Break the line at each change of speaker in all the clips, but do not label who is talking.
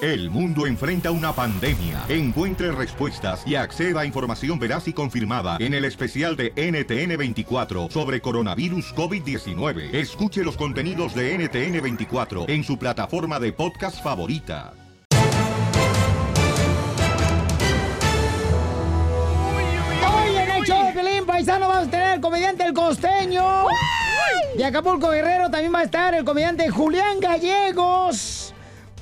El mundo enfrenta una pandemia. Encuentre respuestas y acceda a información veraz y confirmada en el especial de NTN24 sobre coronavirus COVID-19. Escuche los contenidos de NTN24 en su plataforma de podcast favorita.
Hoy en el show de Pelín Paisano vamos a tener al comediante El Costeño. De Acapulco Guerrero también va a estar el comediante Julián Gallegos.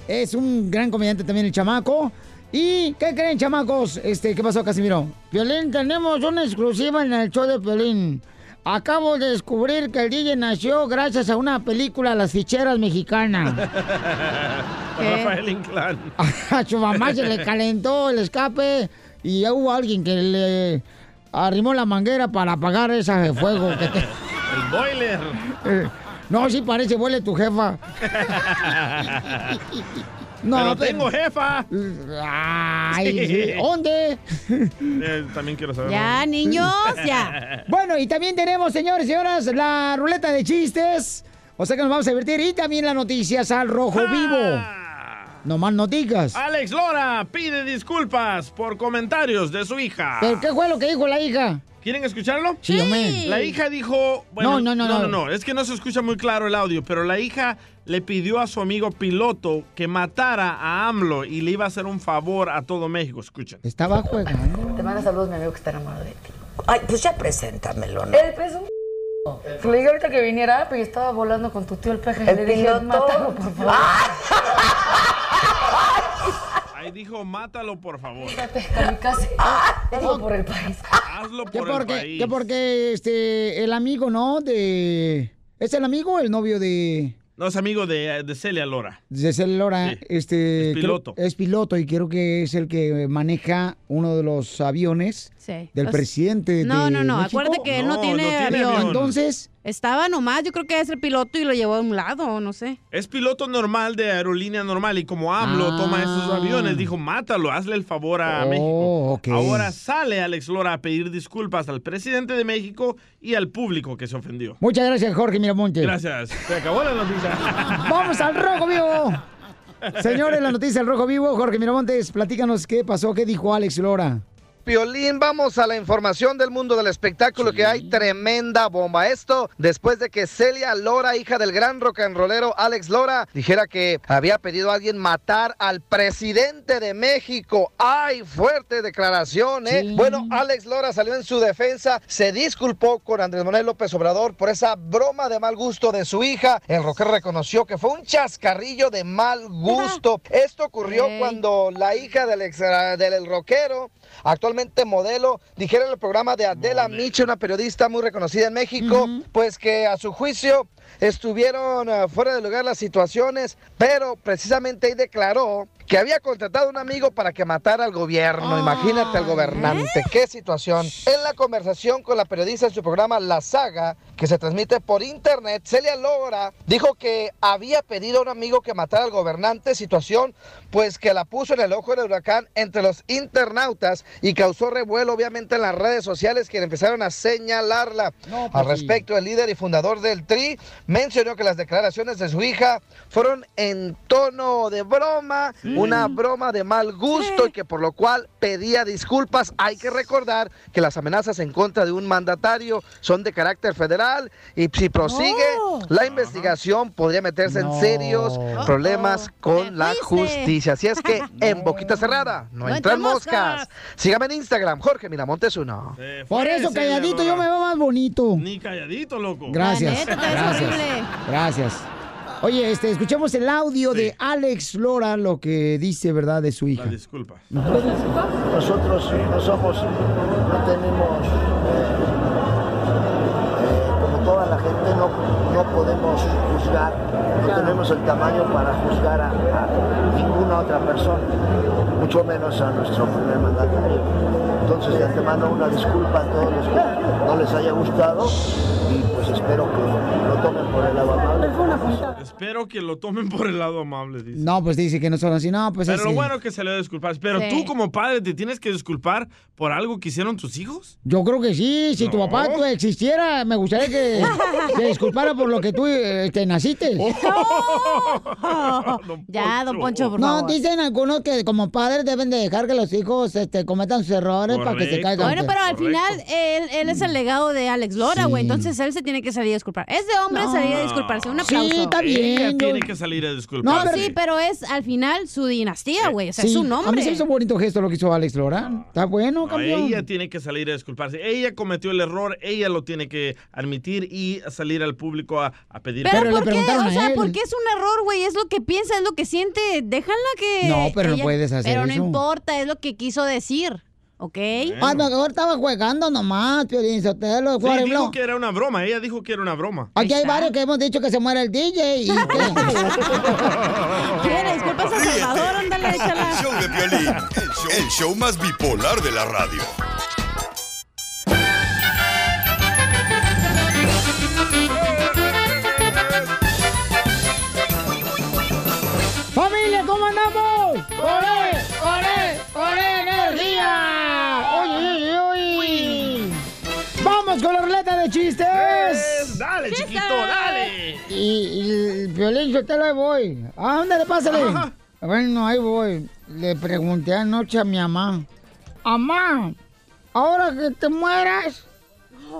Es un gran comediante también el chamaco. ¿Y qué creen, chamacos? Este, ¿Qué pasó, Casimiro? Violín, tenemos una exclusiva en el show de Violín. Acabo de descubrir que el DJ nació gracias a una película Las ficheras mexicanas. ¿Qué?
Rafael Inclán.
a su mamá se le calentó el escape y ya hubo alguien que le arrimó la manguera para apagar esa de fuego. que te-
El boiler.
Eh, No, sí parece, huele tu jefa. No,
Pero
pero-
tengo jefa.
Ay, sí, ¿dónde?
Eh, también quiero saber.
Ya, niños, ya. Bueno, y también tenemos, señores y señoras, la ruleta de chistes. O sea que nos vamos a divertir. Y también las noticias al rojo
Ah.
vivo. No más noticias.
Alex Lora pide disculpas por comentarios de su hija.
¿Pero qué fue lo que dijo la hija?
¿Quieren escucharlo?
Sí, hombre.
La hija dijo...
No, no,
bueno,
no, no.
Es que no se escucha muy claro el audio, pero la hija le pidió a su amigo piloto que matara a AMLO y le iba a hacer un favor a todo México. Escuchen.
Estaba jugando.
Te manda saludos, mi amigo que está enamorado de ti. Ay, pues ya preséntamelo, ¿no?
El peso. Le dije ahorita que viniera,
pues,
pero yo estaba volando con tu tío el peje.
El
le dije,
piloto.
mátalo, por favor.
Ahí dijo, mátalo por favor.
A mi casa.
Ah,
Hazlo por el país.
Hazlo
Que
por el
porque,
país.
que porque este, el amigo, ¿no? De. ¿Es el amigo o el novio de,
No, es amigo de, de Celia Lora.
de Cel Lora?
Sí,
Este,
es piloto.
creo- es piloto y creo que es el que maneja uno de los aviones
Sí.
del
Los-
presidente.
No,
de
no, no,
México.
acuérdate que él no, tiene, avión.
Entonces,
Estaba nomás, yo creo que es el piloto y lo llevó a un lado, no sé.
Es piloto normal de aerolínea normal y como AMLO toma esos aviones, dijo, mátalo, hazle el favor a
Ah. Oh,
México.
ok.
Ahora sale Alex Lora a pedir disculpas al presidente de México y al público que se ofendió.
muchas gracias, Jorge Miramonte.
Gracias. Se acabó la noticia.
¡Vamos al rojo vivo! Señores, la noticia del rojo vivo. Jorge Miramontes, platícanos qué pasó, qué dijo Alex Lora.
Piolín, vamos a la información del mundo del espectáculo que hay tremenda bomba. Esto después de que Celia Lora, hija del gran rock and rollero Alex Lora, dijera que había pedido a alguien matar al presidente de México. ¡Ay, fuerte declaración, eh! Bueno, Alex Lora salió en su defensa, se disculpó con Andrés Manuel López Obrador por esa broma de mal gusto de su hija. El rockero reconoció que fue un chascarrillo de mal gusto. Esto ocurrió
Ey.
cuando cuando la hija del, ex, del rockero, actualmente modelo, dijera en el programa de Adela Miche, una periodista muy reconocida en México, pues que a su juicio estuvieron eh, fuera de lugar las situaciones, pero precisamente ahí declaró que había contratado a un amigo para que matara al gobierno. Imagínate al gobernante, qué situación. En la conversación con la periodista en su programa La Saga, que se transmite por internet, Celia Lora dijo que había pedido a un amigo que matara al gobernante, situación pues que la puso en el ojo del huracán entre los internautas y causó revuelo obviamente en las redes sociales que empezaron a señalarla.
No, pues
Al
sí.
respecto, el líder y fundador del TRI mencionó que las declaraciones de su hija fueron en tono de broma, una broma de mal gusto y que por lo cual pedía disculpas. Hay que recordar que las amenazas en contra de un mandatario son de carácter federal y si prosigue la investigación podría meterse en serios problemas con la justicia. Así es que en boquita cerrada no,
No
entran
entran moscas.
moscas. Sígame en Instagram, Jorge Miramontes uno.
Por eso, calladito, yo me veo más bonito.
Ni calladito, loco.
Gracias. gracias. Gracias. Oye, este, escuchemos el audio de Alex Lora, lo que dice, ¿verdad?, de su hija.
Disculpa.
Nosotros no somos, no tenemos, eh, eh, como toda la gente, no, no podemos juzgar, no tenemos el tamaño para juzgar a, a ninguna otra persona, mucho menos a nuestro primer mandatario. Entonces, de antemano, una disculpa a todos los que no les haya gustado y pues espero que lo tomen por el lado amable.
fue una puntada.
Espero que lo tomen por el lado amable, dice.
No, pues dice que no son así. No, pues
Pero
así.
lo bueno es que se le debe disculpar. Pero
Sí.
tú como padre te tienes que disculpar por algo que hicieron tus hijos.
Yo creo que sí. Si tu
No.
papá pues, existiera, me gustaría que se disculpara por lo que tú eh, te naciste.
ya, don Poncho, por
No,
favor.
dicen algunos que como padres deben de dejar que los hijos este, cometan sus errores para que se
Correcto.
caigan.
Bueno, pero al
Correcto.
final él, él es el legado de Alex Lora,
Sí.
güey. Entonces él se tiene que salir a disculpar. Es de hombre salir a disculparse. Un
Sí,
aplauso.
está bien.
Ella
yo-
tiene que salir a
No,
disculparse.
pero-
sí, pero es al final su
Eh,
dinastía, güey. O sea,
Sí,
es su
A
nombre.
mí se me hizo un bonito gesto lo que hizo Alex Lora. Está bueno,
No,
campeón.
ella tiene que salir a disculparse. Ella cometió el error, ella lo tiene que admitir y salir al público a, a pedir.
Pero,
Pero le
¿por qué?
preguntaron
O
a
sea,
él.
¿por qué es un error, güey? Es lo que piensa, es lo que siente. Déjala que.
No, pero no puedes hacer
Pero
eso.
no importa, es lo que quiso decir. ¿Ok?
A lo mejor estaba jugando nomás, Piolín Sotelo.
Sí,
Por ejemplo,
dijo que era una broma, ella dijo que era una broma.
aquí hay
Está.
varios que hemos dicho que se muera el DJ. Y que-
Quiere disculpas a Salvador, ándale,
El
échala.
show de Piolín, el show, el show más bipolar de la radio.
¡Familia, cómo andamos! ¡Ore, ore, ore, energía! ¡Oye, oye, oye! ¡Vamos con la ruleta de chistes!
Dale,
Chiste.
chiquito, dale.
Y, y Piolín Sotelo, ahí voy. Ah, ándale, pásale.
Ajá.
Bueno, ahí voy. Le pregunté anoche a mi mamá. Amá, ahora que te mueras,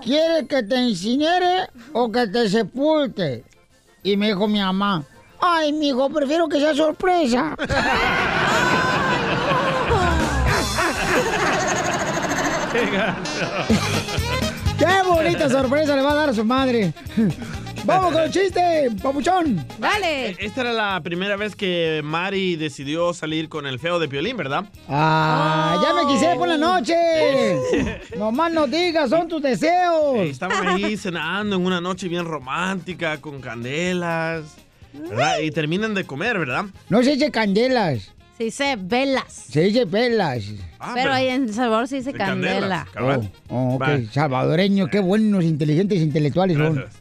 ¿quieres que te incinere o que te sepulte? Y me dijo mi mamá, ay, mijo, prefiero que sea sorpresa. ¡Qué bonita sorpresa le va a dar a su madre! ¡Vamos con el chiste, papuchón!
Dale.
Esta era la primera vez que Mari decidió salir con el feo de Piolín, ¿verdad?
¡Ah, ya me quise por la noche! Nomás no digas, son tus
Eh,
deseos.
estaban ahí cenando en una noche bien romántica, con candelas, ¿verdad? Y terminan de comer, ¿verdad?
No se dice candelas,
Se dice velas.
se dice pelas.
Ah,
pero ahí en Salvador se dice
de
candela.
candelas, cabal.
Oh, ok,
Ah, Va.
salvadoreño, qué buenos, inteligentes, intelectuales son.
Gracias.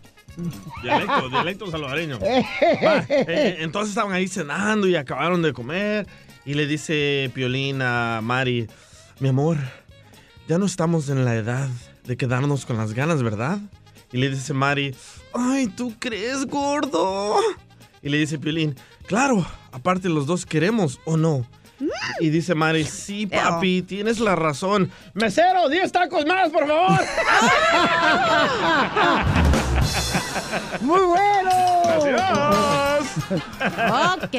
Dialecto, dialecto salvadoreño. Va, eh, eh, entonces estaban ahí cenando y acabaron de comer. Y le dice Piolín a Mari, mi amor, ya no estamos en la edad de quedarnos con las ganas, ¿verdad? Y le dice Mari, ay, ¿tú crees, gordo? Y le dice Piolín, claro, aparte los dos queremos o no. Y dice Mari, sí, papi, tienes la razón. Mesero, 10 tacos más, por favor.
¡Muy bueno!
Adiós.
Ok.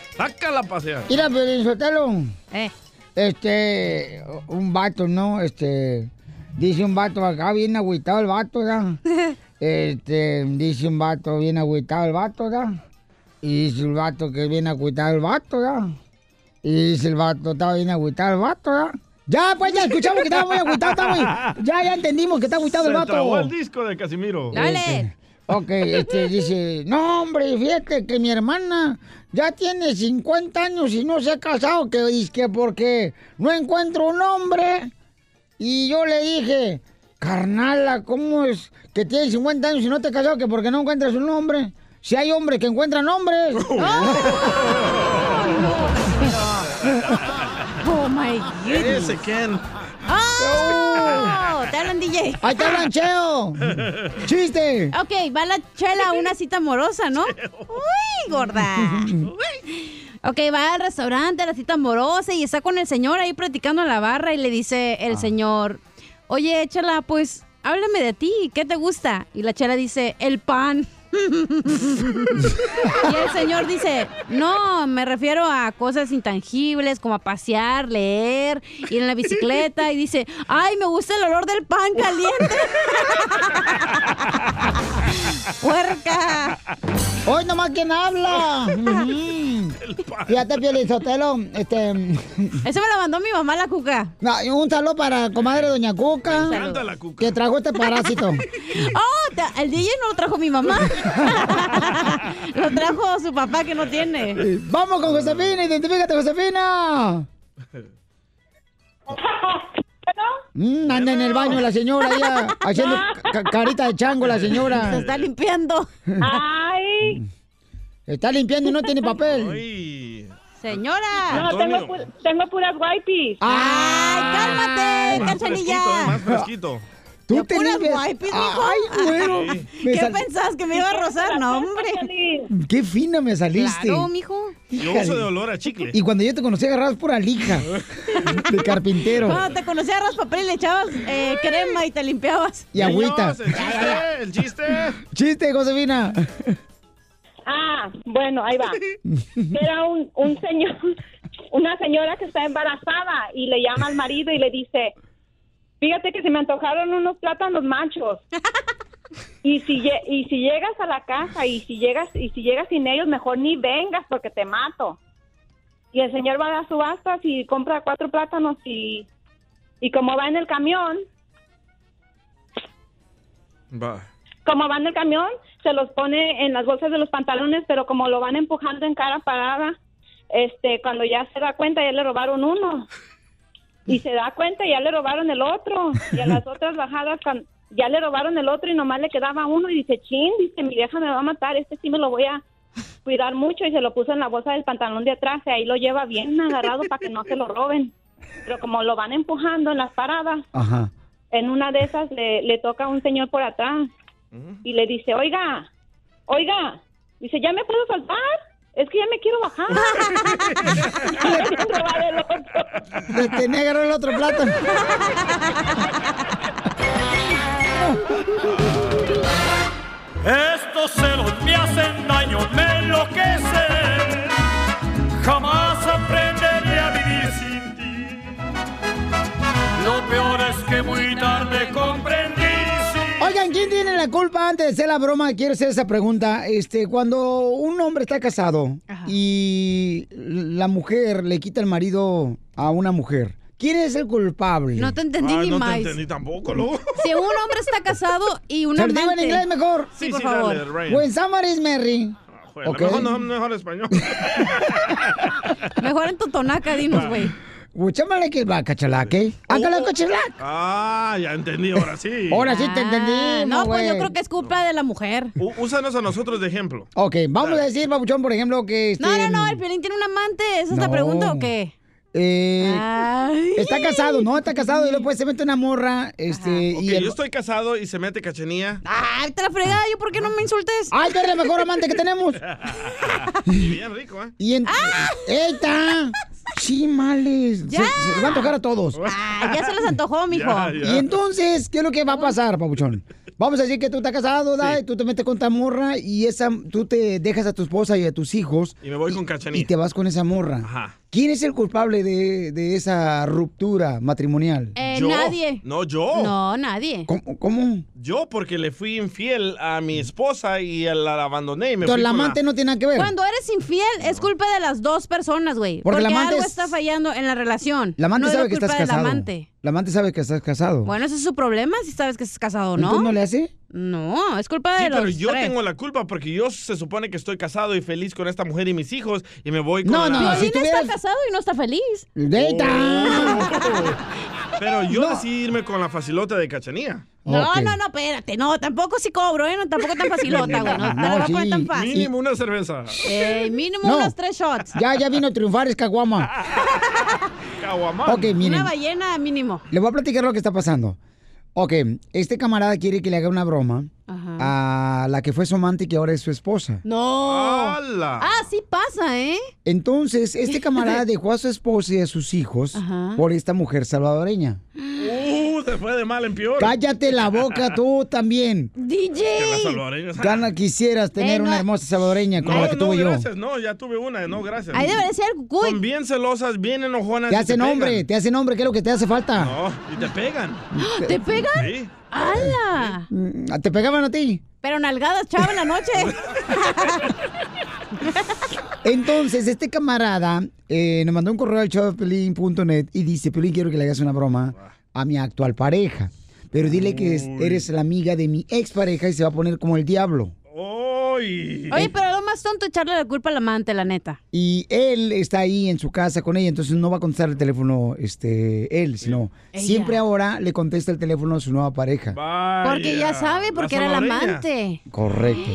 Sácala a pasear.
Mira, Piolín Sotelo,
Eh,
este, un vato, ¿no? Este, dice un vato acá, bien agüitado el vato, ¿verdad? Este, dice un vato, bien agüitado el vato, ¿verdad? Y dice el vato que bien agüitado el vato, ¿verdad? Y dice el vato, estaba bien agüitado el vato, ¿verdad? Ya, pues ya escuchamos que estaba muy agüitado, está muy- Ya, ya entendimos que está agüitado el
Se
vato.
trabó el disco de Casimiro.
dale.
Ok, este dice, no hombre, fíjate que mi hermana ya tiene 50 años y no se ha casado, que dice que porque no encuentro un hombre. Y yo le dije, carnala, ¿cómo es que tienes 50 años y no te has casado, que porque no encuentras un hombre? Si hay hombres que encuentran hombres.
Oh my god.
Ese Ken.
¡Oh! Te hablan, DJ.
Ahí te hablan, Cheo. Chiste.
Ok, va la chela a una cita amorosa, ¿no? ¡Uy, gorda! Ok, va al restaurante, a la cita amorosa, y está con el señor ahí platicando en la barra y le dice el señor, oye, chela, pues háblame de ti, ¿qué te gusta? Y la chela dice, el pan. y el señor dice, no, me refiero a cosas intangibles como a pasear, leer, ir en la bicicleta. Y dice, ay, me gusta el olor del pan caliente. ¡Puerca!
Hoy nomás quien habla. Ujú. Fíjate, Piolín Sotelo, este...
Eso me la mandó mi mamá la cuca.
No, un saludo para
Eh,
comadre Doña Cuca.
Canta la cuca.
Que trajo este parásito.
¡Oh! te- El DJ no lo trajo mi mamá. lo trajo su papá que no tiene.
Vamos con Josefina, identifícate, Josefina. Mm, anda en el baño la señora, ella haciendo ca- carita de chango la
Se
señora.
está limpiando.
Ah,
Está limpiando y no tiene papel.
Señora.
No, tengo, pu- tengo puras
¡Ay,
guaypis.
Ah.
cálmate, cachanilla!
Más fresquito.
Tú
te limpias. Ay,
bueno. Me
¿Qué
sal-
pensabas que me iba a rozar? No, hombre.
Qué fina me saliste.
Claro, mijo.
Yo uso de olor a chicle.
Y cuando yo te conocí agarrabas pura lija de carpintero.
Cuando te conocía agarras papel y le echabas eh, crema y te limpiabas.
Y agüita.
Niños, el chiste,
el chiste.
Chiste, Josefina.
Ah, bueno, ahí va. Era un, un señor, una señora que está embarazada y le llama al marido y le dice, fíjate que se me antojaron unos plátanos machos. Y si, lle- y si llegas a la casa y si llegas y si llegas sin ellos, mejor ni vengas porque te mato. Y el señor va a las subastas y compra cuatro plátanos y, y como va en el camión,
Va.
como van el camión, se los pone en las bolsas de los pantalones, pero como lo van empujando en cara parada, este, cuando ya se da cuenta, ya le robaron uno. Y se da cuenta, ya le robaron el otro. Y a las otras bajadas, cuan- ya le robaron el otro y nomás le quedaba uno. Y dice, chin, dice, mi vieja me va a matar, este sí me lo voy a cuidar mucho. Y se lo puso en la bolsa del pantalón de atrás y ahí lo lleva bien agarrado para que no se lo roben. Pero como lo van empujando en las paradas,
Ajá.
en una de esas le, le toca a un señor por atrás y le dice, oiga, oiga, dice, ¿ya me puedo saltar? Es que ya me quiero bajar. Me quieren robar el otro.
Le tenía agarrado el otro plátano.
Estos celos me hacen daño, me enloquecen. Jamás aprenderé a vivir sin ti. Lo peor es que muy tarde comprendí.
Oigan, ¿quién tiene la culpa antes de hacer la broma? Quiero hacer esa pregunta. Este, cuando un hombre está casado y la mujer le quita el marido a una mujer, ¿quién es el culpable?
No te entendí
Ay,
ni
no
más.
te entendí tampoco, loco.
Si un hombre está casado y un
Se lo digo en
amante-
inglés mejor.
Sí, por favor.
When somebody is married.
Bueno,
Ok.
Mejor no, mejor español.
Mejor en tu tonaca,
Ah.
dinos, güey.
Uchamale que va, cachalaque.
Oh.
Ándale, cachalaque.
Ah, ya entendí, ahora sí.
Ahora sí te entendí.
Ah, no, pues yo
güey.
creo que es culpa de la mujer.
U- úsanos a nosotros de ejemplo.
Ok, vamos a decir, Papuchón, por ejemplo, que. este, mm,
No, no, no, el Piolín tiene un amante. ¿Esa es la
No.
pregunta o qué?
Eh,
Ay.
está casado, ¿no? Está casado y después se mete una morra. Este,
Ok,
y el-
yo estoy casado y se mete cachenía.
Ay, te la fregada, ¿yo por qué no me insultes?
Ay, tú eres la mejor amante que tenemos.
Y bien rico, ¿eh?
Y en... ¡Eta! ¡Chimales!
¡Ah! Ya.
Se, se les va a tocar a todos.
Ah, ya se les antojó, mijo.
Ya, ya.
Y entonces, ¿qué es lo que va a pasar, papuchón? Vamos a decir que tú estás casado, ¿da? Y tú te metes con ta morra y esa, tú te dejas a tu esposa y a tus hijos
Y me voy con cachenía.
y te vas con esa morra.
Ajá.
¿Quién es el culpable de, de esa ruptura matrimonial?
Eh,
Yo.
nadie.
No, yo.
No, nadie.
¿Cómo? cómo?
Yo porque le fui infiel a mi esposa y la la abandoné y me
Entonces,
fui
la
con la-
amante no tiene nada que ver.
Cuando eres infiel, es culpa de las dos personas, güey.
Porque
Porque,
el amante
algo
es-
está fallando en la relación.
La amante
No es
sabe que
culpa
estás
del
casado.
amante.
La amante sabe que estás casado.
Bueno, ese es su problema si sabes que estás casado o no.
¿Entonces no
No,
le hace?
es culpa de
Sí,
los
pero yo
tres.
tengo la culpa porque yo se supone que estoy casado y feliz con esta mujer y mis hijos y me voy con
No,
la...
no, no,
Piolín
si tuvieras-
está casado y no está feliz.
¡Eta!
Oh. Pero yo decidí irme con la facilota de cachanía.
No,
Ok.
no, no, espérate. No, tampoco si cobro, ¿eh? No, tampoco tan facilota, güey. No, te la
No,
voy a poner
sí.
tan fácil.
Mínimo una cerveza.
Ey, mínimo
No.
unos tres shots.
Ya, ya vino a triunfar, es caguama.
Caguamán.
Ok, miren.
Una ballena mínimo.
Le voy a platicar lo que está pasando. Ok, este camarada quiere que le haga una broma
Ajá.
a la que fue su amante y que ahora es su esposa.
No.
¡Hala!
Ah, sí pasa, ¿eh?
Entonces, este camarada dejó a su esposa y a sus hijos
Ajá.
por esta mujer salvadoreña.
¡Uh! Se fue de mal en peor.
Cállate la boca tú también.
Que la
DJ.
salvadoreña-
Gana quisieras tener
Eh, no.
una hermosa salvadoreña como
No,
la que
no,
tuve yo.
gracias. No, ya tuve una. No, gracias.
Ahí debería ser
Son
Cucuy.
bien celosas, bien enojonas.
Te
y
hace nombre,
pegan.
te hace nombre, ¿qué es lo que te hace falta?
No, y te pegan.
¿Te pegan?
Sí.
¡Hala!
Mm, ¿Te pegaban a ti?
Pero nalgadas, chava, en la noche.
Entonces, este camarada eh, nos mandó un correo al showpelín.net y dice, Pelín, quiero que le hagas una broma a mi actual pareja. Pero dile que es- eres la amiga de mi expareja y se va a poner como el diablo.
¡Uy!
Oye, pero lo más tonto es echarle la culpa al amante, la neta.
Y él está ahí en su casa con ella, entonces no va a contestar el teléfono este, él, sino
Ella.
siempre ahora le contesta el teléfono a su nueva pareja.
Vaya.
Porque ya sabe, porque
La
era el
salvadoreña.
amante.
Correcto.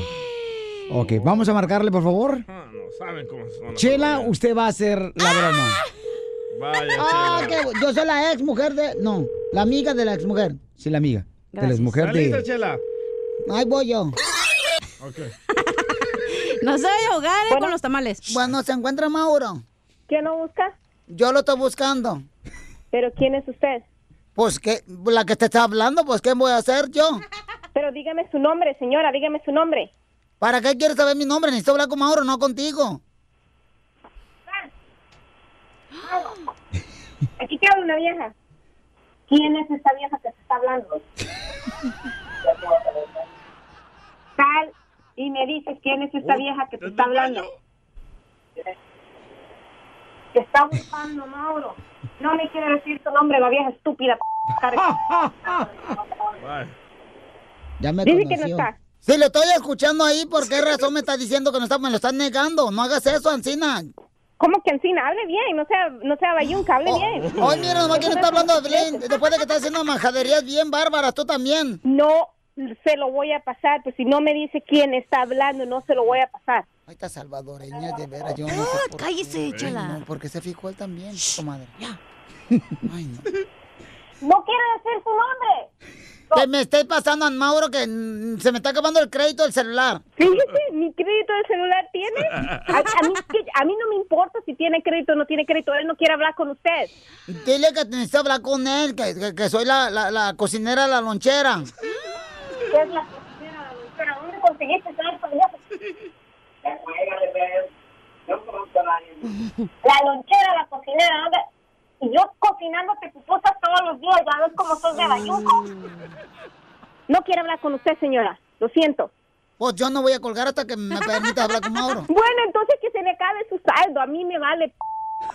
Ok, vamos a marcarle, por favor.
Ah, No saben cómo son. las
Chela, usted va a hacer la broma.
cosas. Vaya,
Ah,
Chela.
qué bu- yo soy la ex mujer de. No, la amiga de la ex mujer. Sí, la amiga. De la ex mujer
¿Está lista,
de.
Chela?
Ahí voy yo.
No se vaya a ahogar eh, con los tamales.
Bueno, se encuentra Mauro.
¿Quién lo busca?
Yo lo estoy buscando.
¿Pero quién es usted?
Pues que la que te está hablando, pues ¿qué voy a hacer yo?
Pero dígame su nombre, señora, dígame su nombre.
¿Para qué quieres saber mi nombre? Necesito hablar con Mauro, no contigo.
Aquí te habla una vieja. ¿Quién es esta vieja que te está hablando? Sal y me dices quién es esta vieja que te está hablando. Te está buscando, Mauro. No me quiere decir tu nombre, la vieja estúpida.
Ya me
Dice que no
conoció.
está.
Sí, lo estoy escuchando ahí. ¿Por qué razón me está diciendo que no está? Me lo están negando. No hagas eso, Ancina.
¿Cómo que Ancina? Hable bien, no sea, no sea bayunca, hable bien.
Ay, Oh, mira, nomás que no está hablando de Belén. Después de que está haciendo majaderías bien bárbaras, tú también.
No se lo voy a pasar, pues si no me dice quién está hablando, no se lo voy a pasar.
Ahí está salvadoreña, de veras, yo no sé por
cállese,
qué.
Chela.
Ay, no, porque se fijó él también, comadre.
No quiero decir su nombre.
Que me esté pasando a Mauro que mm, se me está acabando el crédito del celular.
Fíjese, mi crédito del celular tiene. A, a mí, que- a mí no me importa si tiene crédito o no tiene crédito. Él no quiere hablar con usted.
Dile que necesito hablar con él, que, que- que soy la, la, la cocinera, la lonchera.
Es la cocinera, pero ¿dónde conseguiste esa cocinera? La lonchera, la cocinera, ¿dónde? Y yo cocinándote pupusas todos los días, ya ves cómo sos de bayunco. No quiero hablar con usted, señora. Lo siento.
Pues yo no voy a colgar hasta que me permita hablar con Mauro.
Bueno, entonces que se le acabe su saldo. A mí me vale.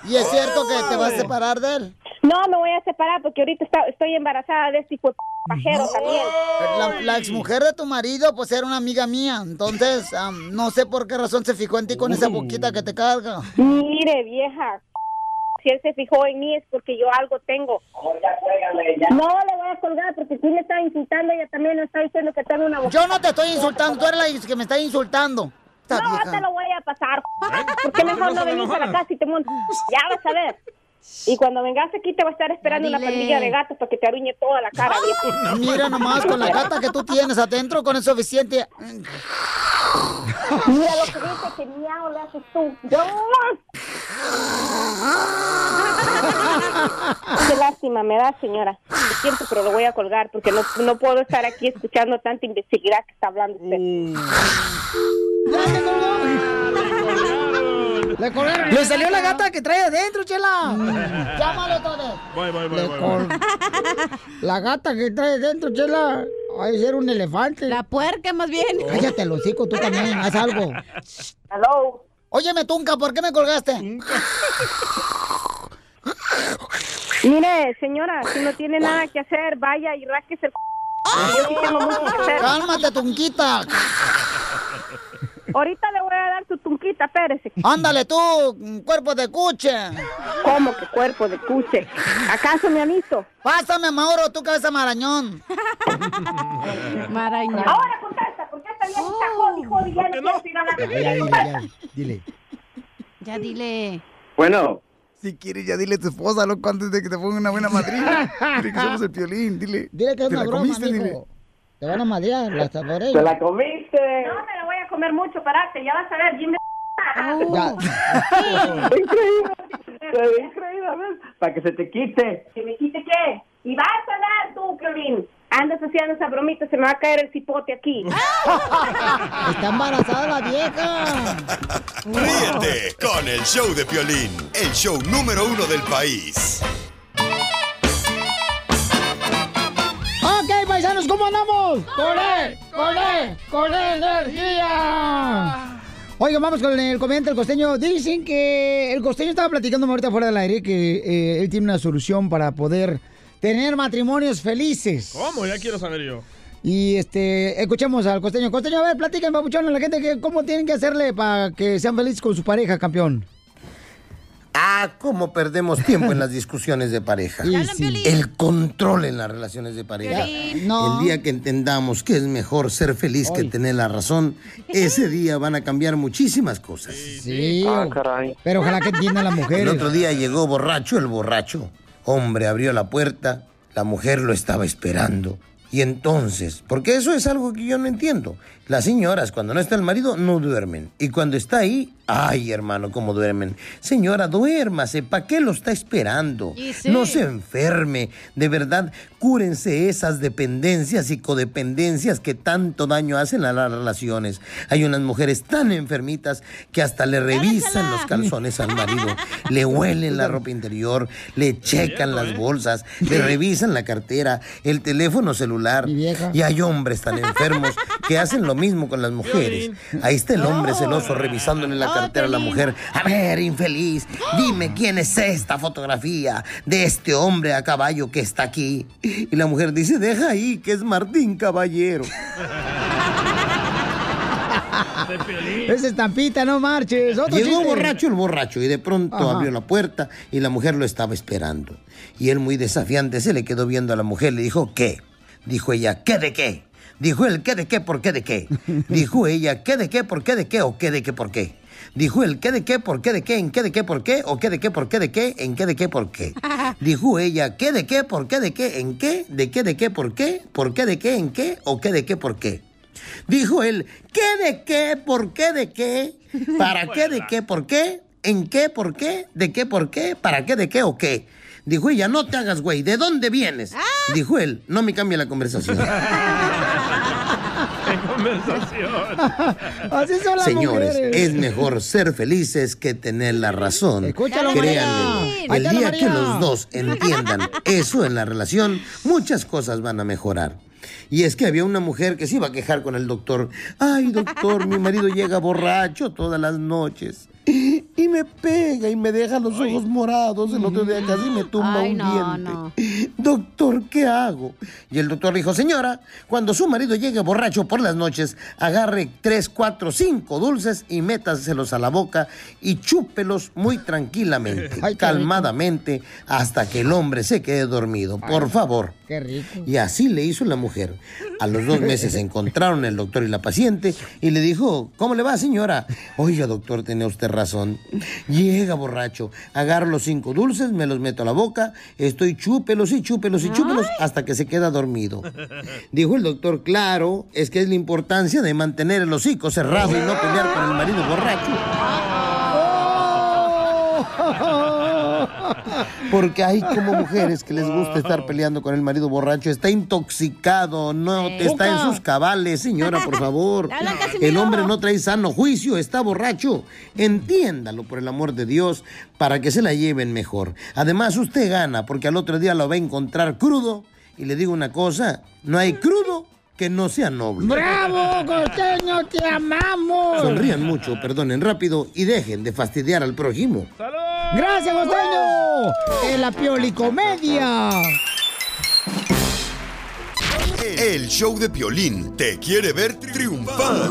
¿Y es cierto que te vas a separar de él?
No, me voy a separar porque ahorita está- estoy embarazada de este tipo de pajero también.
La, la exmujer de tu marido, pues era una amiga mía. Entonces, am, no sé por qué razón se fijó en ti con esa boquita que te carga.
Mire, vieja. Si él se fijó en mí es porque yo algo tengo. No le voy a colgar porque sí me está insultando. Ella también me está diciendo que tengo una boca.
Yo no te estoy insultando, tú eres la que me está insultando. Esta
No,
vieja.
te lo voy a pasar. Porque
¿Por qué
mejor
no
no
se me
venís
enojan?
para acá si te montas. Ya vas a ver. Y cuando vengas aquí te va a estar esperando una
Dile.
pandilla de gatos para que te arruñe toda la cara. vieja.
Mira nomás con la gata que tú tienes adentro, con el suficiente.
Mira lo que dice que miau le haces tú. Yo Qué lástima me da, señora. Lo siento, pero lo voy a colgar porque no, no puedo estar aquí escuchando tanta imbecilidad que está hablando usted.
Mm. Le colgaron. Le salió la gata que trae adentro, chela. Llámalo todo.
Voy, voy, voy.
Le
voy,
col-
voy.
La gata que trae adentro, chela. Hay ser un elefante. La puerca, más bien. Cállate, el hocico, tú también. Haz algo.
Hello.
Óyeme, Tunca, ¿por qué me colgaste?
Mire, señora, si no tiene nada que hacer, vaya y rasquese el... Yo sí tengo mucho que hacer.
Cálmate, Tunquita.
Ahorita le voy a dar tu tunquita, espérese.
Ándale tú, cuerpo de cuche.
¿Cómo que cuerpo de cuche? ¿Acaso me han visto?
Pásame, Mauro, tu cabeza marañón.
Marañón.
Ahora contesta, porque esta vieja está
Oh.
jodi, jodi, ya no quiero ir a la
Dile.
Ya dile.
Bueno,
Si quieres, ya dile a tu esposa, loco, antes de que te ponga una buena madrina. Dile que somos el piolín, dile. Dile que es
¿Te
una
la
broma,
comiste?
mijo.
Dile.
Te van a madrear, la saboreas.
¿Te la comiste?
No, me la voy a comer mucho, parate, ya vas a ver, bien de...
Ya.
Increíble. Te- increíble, a ver, Para que se te quite.
¿Que me quite qué? Y vas a dar tú, Piolín. Andas haciendo esa bromita, se me va a caer el cipote aquí.
Está embarazada la vieja.
Ríete con el show de Piolín, el show número uno del país.
Ok, paisanos, ¿cómo andamos? ¡Corre, corre, corre energía! Oigan, vamos con el comediante El Costeño. Dicen que el Costeño estaba platicando ahorita fuera del aire que eh, él tiene una solución para poder tener matrimonios felices.
¿Cómo? Ya quiero saber yo.
Y este, escuchemos al Costeño. Costeño, a ver, platiquen, papuchón, a la gente que cómo tienen que hacerle para que sean felices con su pareja, campeón.
Ah, Ah, cómo perdemos tiempo en las discusiones de pareja.
Y sí.
El control en las relaciones de pareja.
Piolín. No.
El día que entendamos que es mejor ser feliz que tener la razón, ese día van a cambiar muchísimas cosas.
Sí. Ah,
Ah,
Pero ojalá que entiendan las mujeres.
El otro día llegó borracho el borracho. Hombre, abrió la puerta, la mujer lo estaba esperando. Y entonces, porque eso es algo que yo no entiendo. Las señoras, cuando no está el marido, no duermen. Y cuando está ahí, ay, hermano, cómo duermen. Señora, duérmase, ¿para qué lo está esperando?
Y sí.
No se enferme. De verdad, cúrense esas dependencias y codependencias que tanto daño hacen a las relaciones. Hay unas mujeres tan enfermitas que hasta le revisan los calzones al marido, le huelen la ropa interior, le checan las bolsas, le revisan la cartera, el teléfono celular. Y hay hombres tan enfermos que hacen lo mismo con las mujeres. Ahí está el hombre celoso revisándole la cartera a la mujer. A ver, infeliz, dime quién es esta fotografía de este hombre a caballo que está aquí. Y la mujer dice, deja ahí, que es Martín Caballero.
Esa estampita, no marches. Otro
Llegó
chiste.
borracho el borracho y de pronto
Ajá.
abrió la puerta y la mujer lo estaba esperando. Y él muy desafiante se le quedó viendo a la mujer, le dijo, ¿qué? Dijo ella, ¿qué de qué? Dijo él, ¿qué de qué? ¿Por qué de qué? Dijo ella, ¿qué de qué? ¿Por qué de qué? ¿O qué de qué? ¿Por qué? Dijo él, ¿qué de qué? ¿Por qué de qué? ¿En qué de qué? ¿Por qué? ¿O qué de qué? ¿Por qué de qué? ¿En qué de qué? ¿Por qué? Dijo ella, ¿qué de qué? ¿Por qué de qué? ¿En qué? ¿De qué? ¿De qué? ¿Por qué? ¿Por qué de qué? ¿En qué? ¿O qué de qué? ¿Por qué? Dijo él, ¿qué de qué? ¿Por qué de qué? ¿Para qué de qué? ¿Por qué? ¿En qué? ¿Por qué? ¿De qué? ¿Por qué? ¿Para qué de qué o qué? Dijo ella, no te hagas güey, ¿de dónde vienes? Dijo él, no me cambia la conversación.
Así son las
Señores,
mujeres.
es mejor ser felices que tener la razón.
Escúchalo, María.
Créanme,
Ahí
el
está la
día
María.
que los dos entiendan eso en la relación, muchas cosas van a mejorar. Y es que había una mujer que se iba a quejar con el doctor. Ay, doctor, mi marido llega borracho todas las noches. Y me pega y me deja los ojos morados. El otro día casi me tumba
Mm. Ay,
un
no,
diente.
no.
Doctor, ¿qué hago? Y el doctor dijo, señora, cuando su marido llegue borracho por las noches, agarre tres, cuatro, cinco dulces y métaselos a la boca y chúpelos muy tranquilamente, calmadamente, hasta que el hombre se quede dormido. Por favor.
Qué rico.
Y así le hizo la mujer. A los dos meses se encontraron el doctor y la paciente y le dijo, ¿cómo le va, señora? Oiga, doctor, tenía usted razón. Llega borracho, agarro los cinco dulces, me los meto a la boca, estoy chúpelos y chúpelos y chúpelos hasta que se queda dormido. Dijo el doctor, claro, es que es la importancia de mantener el hocico cerrado y no pelear con el marido borracho. Porque hay como mujeres que les gusta estar peleando con el marido borracho. Está intoxicado, no
Sí.
está en
Poco.
sus cabales, señora, por favor.
Habla Casimiro.
El hombre no trae sano juicio, está borracho. Entiéndalo, por el amor de Dios, para que se la lleven mejor. Además, usted gana, porque al otro día lo va a encontrar crudo. Y le digo una cosa, no hay crudo que no sea noble.
¡Bravo, costeño! ¡Te amamos!
Sonrían mucho, perdonen rápido y dejen de fastidiar al prójimo.
¡Gracias, costeño! ¡En la piolicomedia!
El show de Piolín te quiere ver triunfar.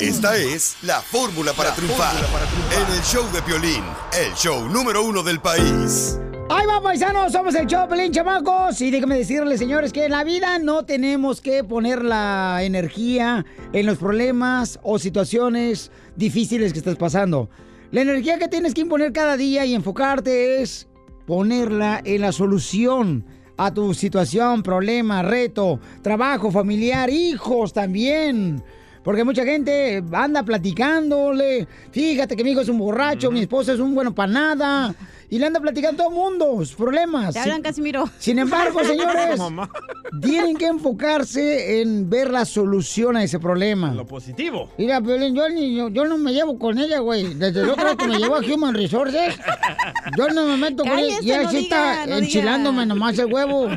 Esta es la fórmula para triunfar. En el show de Piolín, el show número uno del país.
Ahí va, paisanos, somos el Choplin, chamacos. Y déjenme decirles, señores, que en la vida no tenemos que poner la energía en los problemas o situaciones difíciles que estás pasando. La energía que tienes que imponer cada día y enfocarte es ponerla en la solución a tu situación, problema, reto, trabajo, familiar, hijos también. Porque mucha gente anda platicándole. Fíjate que mi hijo es un borracho, mi esposa es un bueno para nada. Y le anda platicando a todo mundo sus problemas.
Te hablan,
Sin-
Casimiro.
Sin embargo, señores,
Mamá.
tienen que enfocarse en ver la solución a ese problema.
Lo positivo.
Mira, Piolín, yo, ni- yo, yo no me llevo con ella, güey. Desde yo creo que me llevo a Human Resources. Yo no me meto con ella.
Cállese,
Y
no
así
diga,
está
no diga.
enchilándome nomás el huevo.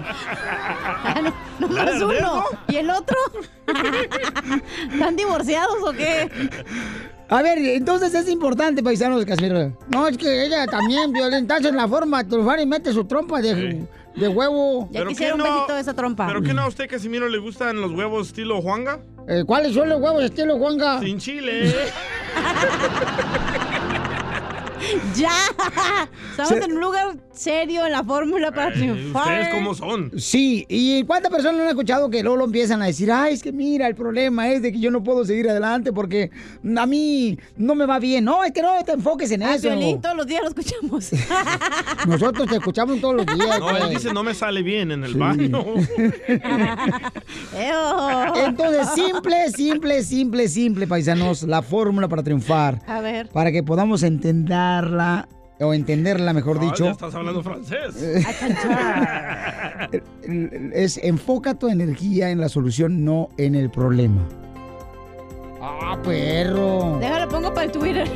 No más uno. ¿Y el otro? ¿Están divorciados o qué?
A ver, entonces es importante, paisanos, Casimiro. No, es que ella también, Violín, está en la forma de triunfar y mete su trompa de, de huevo.
Ya Pero quisiera que un no- besito de esa
trompa.
¿Pero qué no a usted, Casimiro, le gustan los huevos estilo Juanga?
Eh, ¿Cuáles son los huevos estilo Juanga?
Sin chile.
¡Ya! Estamos en un lugar serio en la fórmula para triunfar.
son?
Sí, ¿y cuántas personas no han escuchado que luego lo empiezan a decir, ay, es que mira, el problema es de que yo no puedo seguir adelante porque a mí no me va bien? No, es que no te enfoques en
A
eso.
Ah, Piolín todos los días lo escuchamos.
Nosotros te escuchamos todos los días.
No, él
güey.
dice no me sale bien en el baño.
Entonces, simple, simple, simple, simple, paisanos, la fórmula para triunfar.
A ver.
Para que podamos entenderla, o entenderla, mejor
Ah,
dicho.
ya estás hablando francés.
Es enfoca tu energía en la solución, no en el problema. ¡Ah,
pues.
perro!
Déjalo, pongo para el Twitter.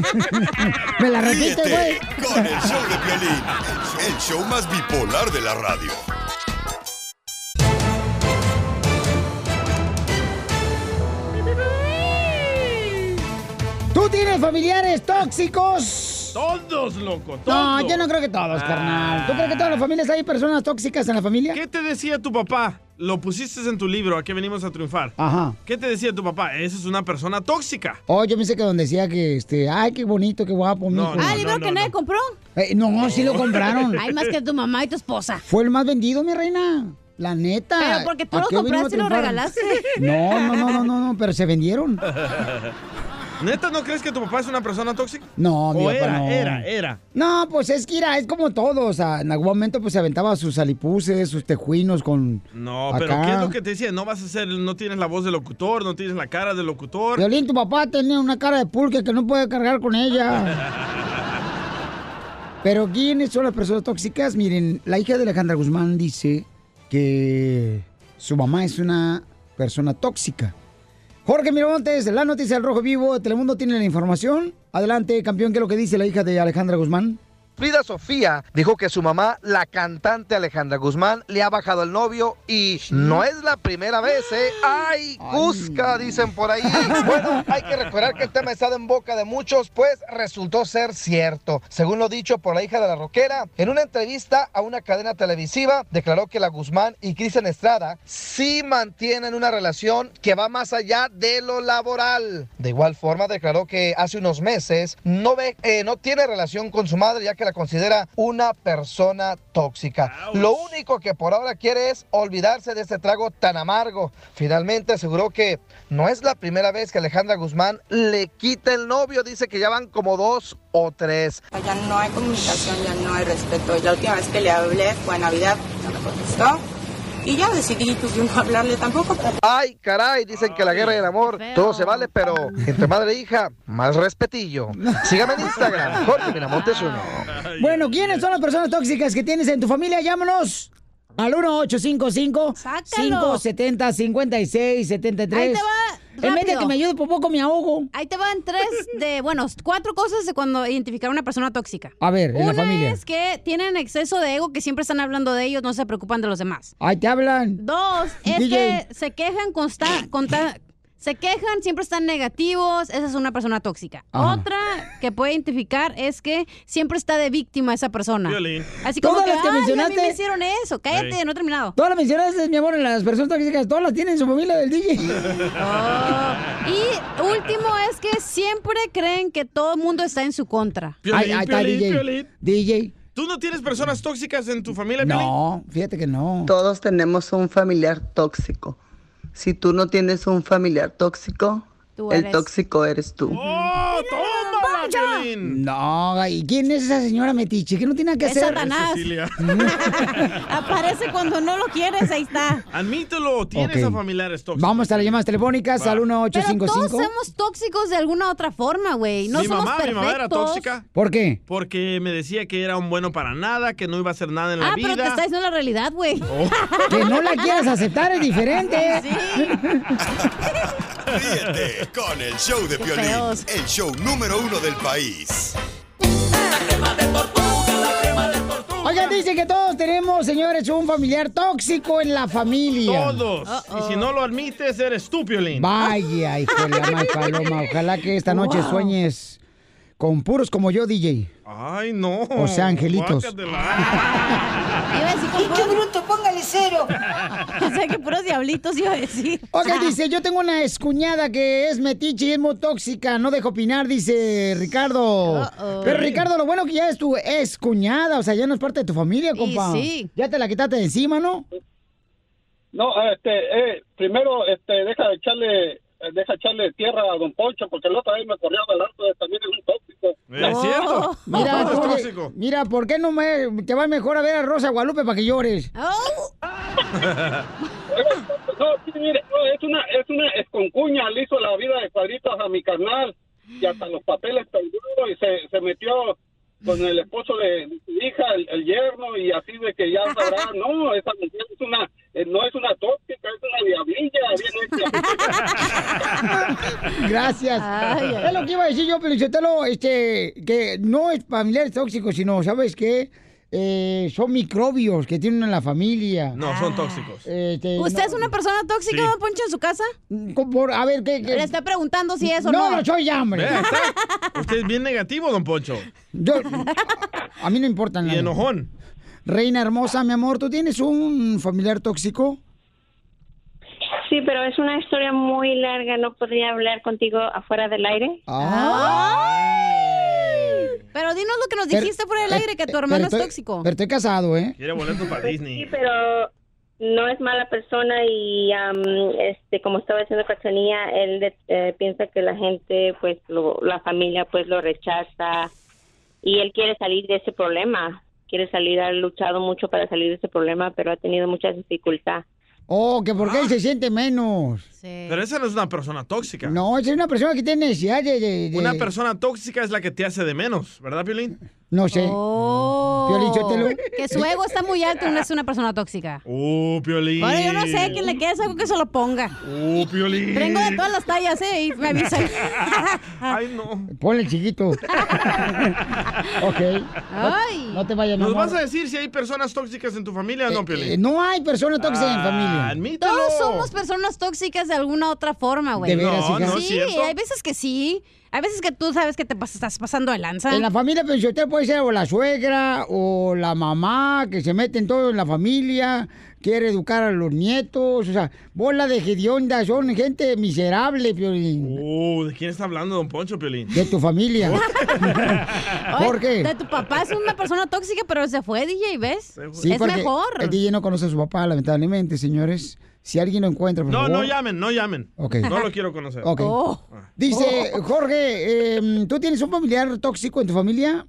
Me la repite,
Ríete
güey.
con el show de Piolín, el show más bipolar de la radio.
¿Tú tienes familiares tóxicos?
Todos, loco, todos.
No, yo no creo que todos,
Ah.
carnal. ¿Tú crees que todas las familias hay personas tóxicas en la familia?
¿Qué te decía tu papá? Lo pusiste en tu libro, ¿a qué venimos a triunfar?
Ajá.
¿Qué te decía tu papá? Esa es una persona tóxica.
Oh, yo pensé que donde decía que, este, ay, qué bonito, qué guapo, mijo.
ah, libro que nadie compró.
Eh, no, sí lo compraron.
Hay más que tu mamá y tu esposa.
Fue el más vendido, mi reina. La neta.
Pero porque tú
¿A
lo
qué venimos
compraste y
a
lo
triunfar?
regalaste.
No, no, no, no, no, no, pero se vendieron.
¿Neta no crees que tu papá es una persona tóxica?
No, mi
O
papá
era,
no.
era, era.
No, pues es que mira, es como todo. O sea, en algún momento pues se aventaba sus alipuses, sus tejuinos con.
No, pero
acá.
¿qué es lo que te decía? No vas a ser, no tienes la voz de locutor, no tienes la cara de locutor.
Violín, tu papá tenía una cara de pulque que no puede cargar con ella. Pero ¿quiénes son las personas tóxicas? Miren, la hija de Alejandra Guzmán dice que su mamá es una persona tóxica. Jorge Miramontes, la noticia del Rojo Vivo de Telemundo tiene la información. Adelante, campeón, ¿qué es lo que dice la hija de Alejandra Guzmán?
Frida Sofía dijo que su mamá, la cantante Alejandra Guzmán, le ha bajado el novio y no es la primera vez, ¿eh? ¡Ay, Cusca! Dicen por ahí. Bueno, hay que recordar que el tema ha estado en boca de muchos, pues resultó ser cierto. Según lo dicho por la hija de la roquera, en una entrevista a una cadena televisiva, declaró que la Guzmán y Cristian Estrada sí mantienen una relación que va más allá de lo laboral. De igual forma, declaró que hace unos meses no, ve, eh, no tiene relación con su madre ya que la considera una persona tóxica. Lo único que por ahora quiere es olvidarse de este trago tan amargo. Finalmente aseguró que no es la primera vez que Alejandra Guzmán le quita el novio. Dice que ya van como dos o tres.
Ya no hay comunicación, ya no hay respeto. La última vez que le hablé fue a Navidad, no me contestó. Y ya decidí pues, no hablarle tampoco.
Ay, caray, dicen que la guerra y el amor, todo se vale, pero entre madre e hija, más respetillo. Sígame en Instagram, Jorge Miramontes uno.
Bueno, ¿quiénes son las personas tóxicas que tienes en tu familia? Llámanos al 1-855-570-5673.
Ahí te va,
En vez de
rápido.
que me ayude por poco, me ahogo.
Ahí te van tres de, bueno, cuatro cosas de cuando identificar a una persona tóxica.
A ver, en la
Una
familia.
es que tienen exceso de ego, que siempre están hablando de ellos, no se preocupan de los demás.
Ahí te hablan.
Dos, es que
DJ.
se quejan consta, conta- se quejan, siempre están negativos, esa es una persona tóxica.
Ajá.
Otra que puede identificar es que siempre está de víctima esa persona.
Violín.
Así como
Todas
que,
las que
"Ay, a mí
mencionaste-
me hicieron eso, cállate,
Sí.
no he terminado.
Todas las mencionaste, mi amor, en las personas tóxicas, todas las tienen en su familia del DJ.
Ah, Y último es que siempre creen que todo el mundo está en su contra.
Piolín, Piolín,
DJ.
Piolín.
DJ.
¿Tú no tienes personas tóxicas en tu familia,
No, fíjate que no.
Todos tenemos un familiar tóxico. Si tú no tienes un familiar tóxico,
Tú
el
eres.
tóxico eres tú.
¡Oh, toma,
No, ¿y quién es esa señora metiche? Que no tiene nada que
Es
hacer.
Satanás. Es Cecilia. Aparece cuando no lo quieres, ahí está.
Admítelo, tienes
Ok.
a familiares tóxicos.
Vamos a las llamadas telefónicas
Va.
al
Pero todos
1855.
somos tóxicos de alguna otra forma, güey. No
Mi
somos
mamá, mi
perfectos.
mamá era tóxica.
¿Por qué?
Porque me decía que era un bueno para nada, que no iba a hacer nada en la
Ah,
vida.
pero te está diciendo la realidad, güey.
Oh. Que no la quieras aceptar es diferente.
Ríete con el show de
Qué
Piolín,
feos.
el show número uno del país.
Oigan, dice que todos tenemos, señores, un familiar tóxico en la familia.
Todos. Y si no lo admites, eres tú, Piolín.
Vaya, hijo de la mal paloma. Ojalá que esta noche
Wow.
sueñes con puros como yo, DJ.
Ay, no.
O sea, angelitos.
Iba a decir con puros... bruto, póngale cero! o sea, que puros diablitos iba a decir. Ah.
Ok, dice, yo tengo una excuñada que es metiche y es muy tóxica, no dejo opinar, dice Ricardo.
Uh-oh.
Pero Ricardo, lo bueno que ya es tu excuñada, o sea, ya no es parte de tu familia, compa.
sí.
Ya te la quitaste de encima, ¿no?
No, este, eh, primero, este, deja de echarle, eh, deja echarle tierra a Don Poncho, porque el otro día me corrió delante, también es un tóxico.
No. Mira,
No,
tú-
es
mira, ¿por qué no me, te vas mejor a ver a Rosa Guadalupe para que llores?
No, sí, mire, no, es una, es una esconcuña, le hizo la vida de cuadritos a mi carnal, y hasta los papeles perdió, y se, se metió con el esposo de mi hija, el, el yerno, y así de que ya sabrá, no, esa mujer es una, eh, no es una tóxica, es una diablilla, bien hecha.
Gracias.
Ay, ay.
Es lo que iba a decir yo, Pelichotelo, este, que no es familiares tóxicos, sino, ¿sabes qué? Eh, son microbios que tienen en la familia.
No, son
Ah.
tóxicos.
Este,
¿Usted
no-
es una persona tóxica,
Sí.
don Poncho, en su casa?
a ver, ¿qué,
Le está preguntando si es o
No,
no.
no soy ya, hombre.
Vea, está. Usted es bien negativo, don Poncho.
Yo, a mí no importa nada.
Y enojón.
Reina hermosa, mi amor, ¿tú tienes un familiar tóxico?
Sí, pero es una historia muy larga, no podría hablar contigo afuera del aire.
Ah.
Pero dinos lo que nos
Pero-
Ah, pues dijiste fuera del
eh,
aire, que tu
eh,
hermano es
pero estoy-
tóxico.
Pero estoy casado, ¿eh?
Quiere boletos para
Sí,
Disney.
pero no es mala persona y am, este como estaba diciendo Cachanía, él de- eh, piensa que la gente, pues lo- la familia, pues lo rechaza y él quiere salir de ese problema. Quiere salir, ha luchado mucho para salir de ese problema, pero ha tenido mucha dificultad.
Oh, que porque
Ah.
él se siente menos.
Eh.
Pero esa no es una persona tóxica.
No, esa es una persona que tiene necesidad de... de- de-
Una persona tóxica es la que te hace de menos, ¿verdad, Piolín?
No sé.
Oh.
Piolichotelo.
Que su ego está muy alto y no es una persona tóxica.
Uh, Piolín.
Bueno, yo no sé, quien le quede es algo que se lo ponga.
Uh, Piolín.
Tengo de todas las tallas, ¿eh? Y me avisa.
Ay, no.
Ponle el chiquito. ok. No-
Ay.
No, te vayas, mi
¿Nos
amor.
vas a decir si hay personas tóxicas en tu familia o no, Piolín?
Eh, no hay personas tóxicas en
Ah,
familia.
admítelo.
Todos somos personas tóxicas de alguna otra forma, güey.
¿De veras, No, hija? no es
sí,
cierto.
hay veces que sí. Hay veces que tú sabes que te pas- estás pasando de lanza.
En la familia pensionera puede ser o la suegra o la mamá que se meten todo en la familia, quiere educar a los nietos, o sea, bola de hedionda, son gente miserable, Piolín,
Uh, ¿de quién está hablando, don Poncho, Piolín?
de tu familia.
Oye,
¿Por qué?
De tu papá es una persona tóxica, pero se fue, DJ, ¿ves?
Sí,
es
porque
mejor.
El DJ no conoce a su papá, lamentablemente, señores. Si alguien lo encuentra, por
No,
favor.
no llamen, no llamen.
Ok.
No lo quiero conocer.
Ok.
Oh.
Ah.
Dice, Jorge, eh, ¿tú tienes un familiar tóxico en tu familia?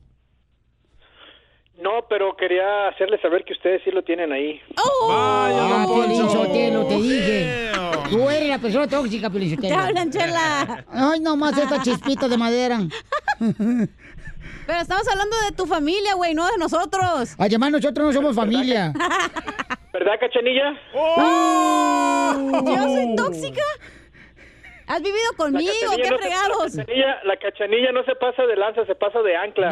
No, pero quería hacerles saber que ustedes sí lo tienen ahí.
Oh,
Vaya,
don Poncho.
Ah, Sotelo, te dije. Tú eres la persona tóxica, Piolín Sotelo.
Te hablan, chela.
Ay, nomás esta chispita de madera.
Pero estamos hablando de tu familia, güey, no de nosotros.
Además, nosotros no somos familia.
¿Verdad, Cachanilla?
Oh.
Yo soy tóxica. Has vivido conmigo, qué fregados.
La cachanilla, la cachanilla no se pasa de lanza, se pasa de ancla.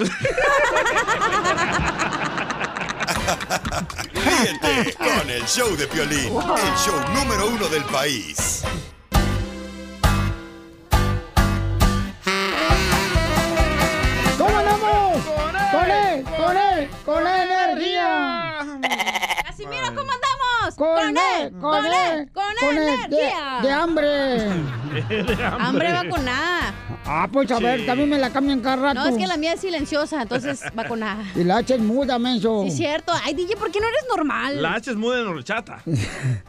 Ríete con el show de Piolín, el show número uno del país.
¿Cómo andamos? Con él, con él, con él, energía.
Así mira cómo andamos.
Con,
él, con él, con él,
de-
energía.
De, hambre.
Hambre vacunada.
Ah, pues a ver,
Sí.
también me la cambian cada rato.
No, es que la mía es silenciosa, entonces vacunada.
Y la hacha es muda, menso.
Sí, cierto. Ay, DJ, ¿por qué no eres normal?
La H es muda en horchata.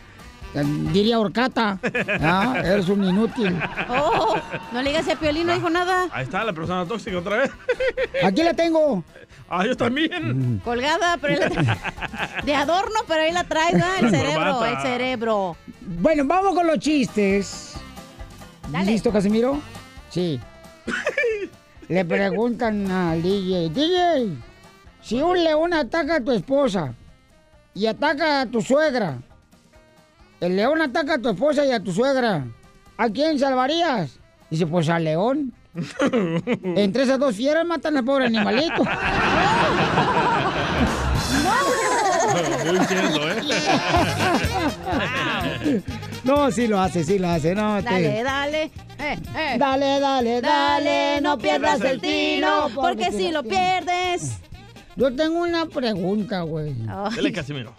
Diría horcata. Ah, eres un inútil.
Oh, no le digas a Piolín, no dijo nada.
Ahí está la persona tóxica otra vez.
Aquí la tengo. Mm.
Ah, yo también.
Colgada, pero ahí la tra- de adorno, pero ahí la traes, ¿verdad? El
La
cerebro,
corbata.
el cerebro.
Bueno, vamos con los chistes. ¿Listo, Casimiro? Sí. Le preguntan al DJ, DJ, si un león ataca a tu esposa y ataca a tu suegra, el león ataca a tu esposa y a tu suegra, ¿a quién salvarías? Dice, pues al león. Entre esas dos fieras matan al pobre animalito.
Muy cierto, ¿eh?
No, sí lo hace, sí lo hace. No,
Dale,
te-
dale. eh, eh.
Dale, dale,
Dale, no pierdas el tino, porque si lo
pierdes. Yo tengo una pregunta, güey.
Dele, Casimiro.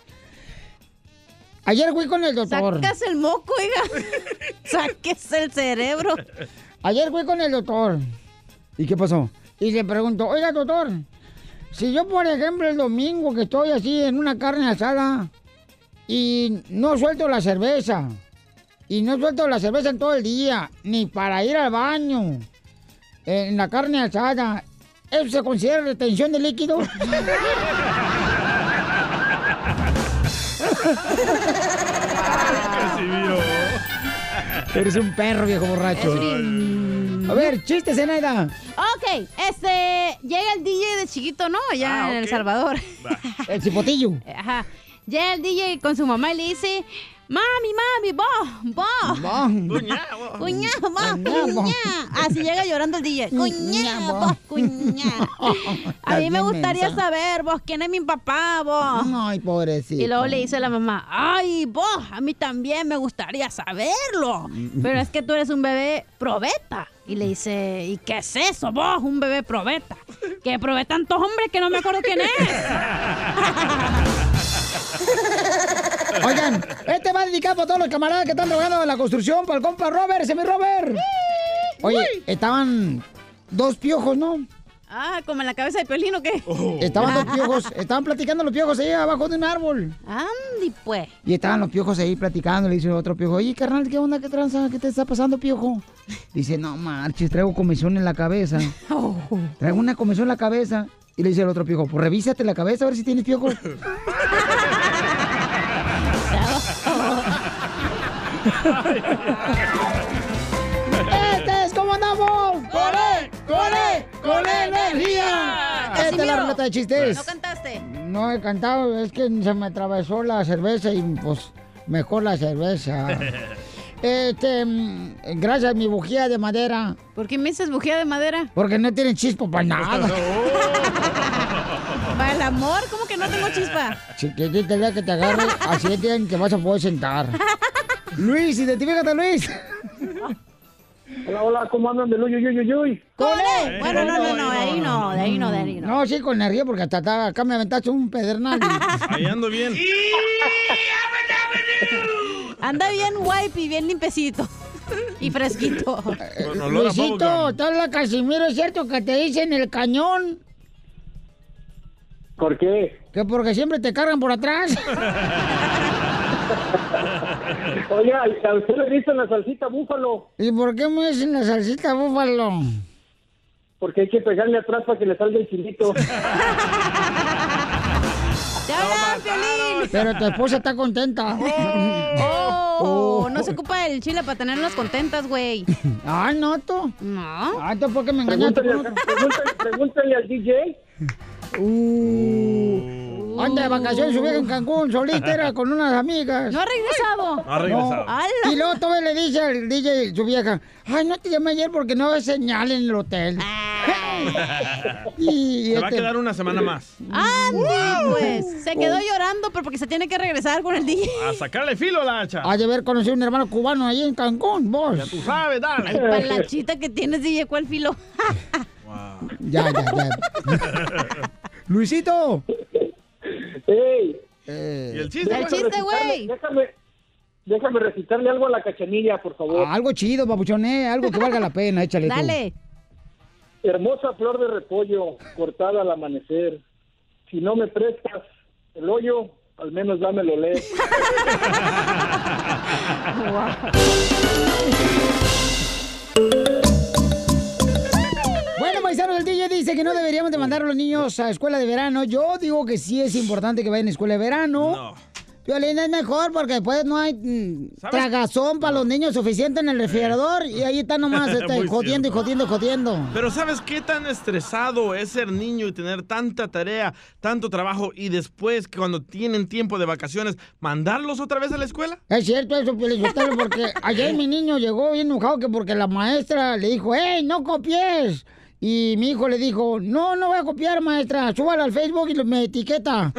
Ayer fui con el doctor.
Sacas el moco, oiga. Saques el cerebro.
Ayer fui con el doctor. ¿Y qué pasó? Y le pregunto, oiga, doctor, si yo, por ejemplo, el domingo que estoy así en una carne asada y no suelto la cerveza, y no suelto la cerveza en todo el día, ni para ir al baño, en la carne asada, ¿eso se considera retención de líquido? Eres un perro, viejo borracho. A ver, chistes, Zenaida.
Ok, este. Llega el DJ de chiquito, ¿no? Ya en El Salvador. Eh,
El chipotillo.
Ajá. Llega el DJ con su mamá y le dice: Mami, mami, vos, vos.
Cuñá,
Cuñá, vos,
Cuñá, vos.
cuñá. Así llega llorando el DJ. Cuñá, vos, cuñá. A mí me
bien
gustaría
mensa.
saber, vos, quién es mi papá, vos.
Ay, pobrecito.
Y luego le dice la mamá, ay, vos, a mí también me gustaría saberlo.
Mm.
Pero es que tú eres un bebé probeta. Y le dice, ¿y qué es eso, vos, un bebé probeta? Que probé tantos hombres que no me acuerdo quién es.
Oigan, este va dedicado para todos los camaradas que están trabajando en la construcción, para el compa Robert, semi Robert. Oye, estaban dos piojos, ¿no?
Ah, como en la cabeza de Piolín, ¿o qué? Ah,
Estaban dos piojos, estaban platicando los piojos ahí abajo de un árbol.
Andy, pues.
Y estaban los piojos ahí platicando, le dice otro piojo, oye, carnal, ¿qué onda? ¿Qué tranza? ¿Qué te está pasando, piojo? Dice, no marches, traigo comezón en la cabeza. Traigo una comezón en la cabeza. Y le dice el otro piojo, pues revísate la cabeza a ver si tienes piojos. ¡Este es como andamos! ¡Corre, corre, corre energía! Esta es la
Casimiro,
ruleta de chistes.
No cantaste.
No he cantado, es que se me atravesó la cerveza y pues mejor la cerveza. Este, mm, gracias mi bujía de madera.
¿Por qué me dices bujía de madera?
Porque no tienen chispa para nada.
Para el amor, ¿cómo que no tengo chispa?
Chiquitita, el día que te agarre, así es bien que vas a poder sentar. Luis, identifícate, Luis.
Hola, hola, ¿cómo andan de luyo, yo, yo, yo?
¡Cole!
Bueno, no, no, no, de ahí no, de ahí no, de ahí no.
No, sí, con energía, porque hasta acá- acá me aventaste un pedernal.
Ahí ando bien.
Anda bien wipe y bien limpiecito. Y fresquito.
Con olor a
Luisito, está la Casimiro, ¿es cierto que te dicen el cañón?
¿Por qué?
Que porque siempre te cargan por atrás.
Oiga, a usted le dicen la salsita búfalo,
¿Y por qué me dicen la salsita búfalo?
porque hay que pegarle atrás para que le salga el chilito.
Pero tu esposa está contenta.
Oh,
Oh.
no se ocupa el chile para tenernos contentas, güey.
Ah, no, tú.
No.
Ah, tú, ¿por qué me engañaste?
Pregúntale-
pregúntale, al DJ.
Uh, anda de vacaciones, subieron en Cancún, solita era con unas amigas.
No ha regresado.
No
ha regresado.
Y luego todavía le dice al DJ, su vieja, ay, no te llamé ayer porque no había señal en el hotel. Y
Se va a
este-
quedar una semana más.
Ah. Andy, pues. Se quedó
Oh.
llorando, pero porque se tiene que regresar con el DJ.
A sacarle filo a la hacha.
Ha de haber conocido un hermano cubano ahí en Cancún, vos.
Ya tú sabes, dale.
Ay, palachita que tienes, DJ, ¿cuál filo?
Ya, ya, ya. Luisito.
¡Ey!
¿Y
el
chiste? Eh, El chiste, güey.
Déjame, déjame recitarle algo a la cachanilla, por favor.
Ah, Algo chido, papuchón, eh, algo que valga la pena, échale tú.
Hermosa flor de repollo, cortada al amanecer. Si no me prestas el hoyo, al menos dámelo leer.
Bueno, paisano, el DJ dice que no deberíamos de mandar a los niños a escuela de verano. Yo digo que sí es importante que vayan a escuela de verano. Violín es mejor porque después no hay mm, tragazón para los niños suficiente en el refrigerador y ahí están nomás este,
Muy
jodiendo y jodiendo y jodiendo.
Pero ¿sabes qué tan estresado es ser niño y tener tanta tarea, tanto trabajo y después que cuando tienen tiempo de vacaciones, mandarlos otra vez a la escuela?
Es cierto eso, Piolín Sotelo, porque ayer mi niño llegó bien enojado que porque la maestra le dijo, ¡Ey, no copies! Y mi hijo le dijo, no, no voy a copiar, maestra, súbala al Facebook y me etiqueta.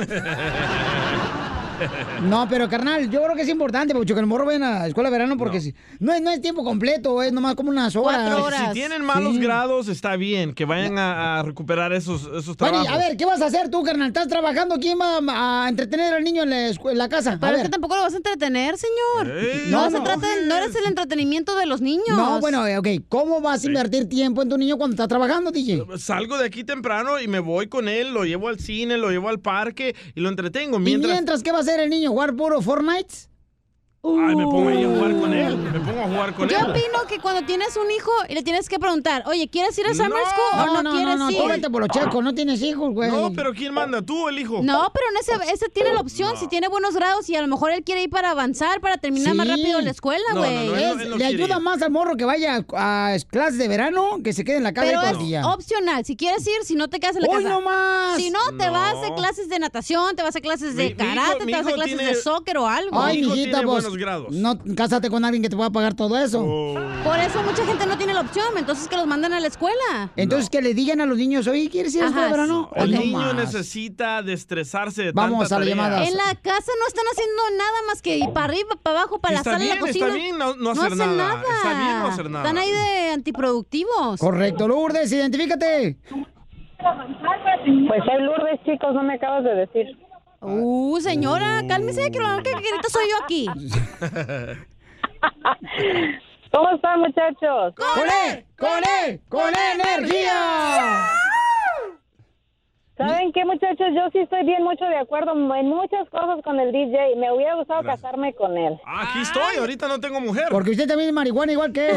No, pero carnal, yo creo que es importante, porque que el morro ven a escuela de verano porque si- no. es, no es tiempo completo, es nomás como unas horas.
Si tienen malos
Sí.
grados, está bien, que vayan a, a recuperar esos, esos
Bueno,
trabajos.
y a ver, ¿qué vas a hacer tú, carnal? ¿Estás trabajando? ¿Quién va a entretener al niño en la, escu- en la casa?
Pero es que tampoco lo vas a entretener, señor.
Ey.
No,
No,
se
no.
trata de- no eres el entretenimiento de los niños.
No, bueno, eh, ok. ¿Cómo vas a invertir tiempo en tu niño cuando está trabajando, DJ?
Salgo de aquí temprano y me voy con él, lo llevo al cine, lo llevo al parque y lo entretengo. Mientras,
¿Y mientras qué va a hacer el niño? ¿Jugar puro Fortnite?
Ay, me pongo ahí a jugar con él, me pongo a jugar con
Yo
él.
opino que cuando tienes un hijo y le tienes que preguntar, oye, ¿quieres ir a Summer School o no, quieres
no,
ir?
tú vete por los checos, no tienes hijos, güey.
No, pero ¿quién manda? ¿Tú o el hijo?
No, pero en ese, ese tiene la opción,
No.
si tiene buenos grados y a lo mejor él quiere ir para avanzar, para terminar más
Sí.
rápido la escuela, güey.
Es- le ayuda más al morro que vaya a, a clases de verano que se quede en la casa
Pero
todo
es
el día.
opcional, si quieres ir, si no te quedas en la
¡Hoy
casa.
no más!
Si no, te
No.
vas a clases de natación, te vas a clases de
Mi- mi hijo-
karate,
mi
te vas a
hijo
clases
tiene-
de soccer o algo.
Ay, mijita, pues, no, cásate con alguien que te pueda pagar todo eso.
Por eso mucha gente no tiene la opción, entonces que los mandan a la escuela.
Entonces que le digan a los niños, oye, ¿quieres ir a la escuela de
Ajá,
verano?
El
Ay, no
niño
más.
necesita destresarse de
Vamos
tanta
a la
tarea.
llamada.
En la casa no están haciendo nada más que ir para arriba, para abajo, para la
Está
sala, la
bien, está
cocina.
bien no- no hacer
hacen
nada. Está bien no hacer nada.
Están ahí de antiproductivos.
Correcto, Lourdes, identifícate.
Pues soy Lourdes, chicos, no me acabas de decir.
Uh, señora, cálmese, que lo único que grita soy yo aquí.
¿Cómo están, muchachos?
¡Con él! ¡Con él! ¡Con E energía!
¿Saben qué, muchachos? Yo sí estoy bien mucho de acuerdo en muchas cosas con el DJ. Me hubiera gustado casarme con él.
Aquí estoy, ahorita no tengo mujer.
Porque usted también es marihuana igual que él.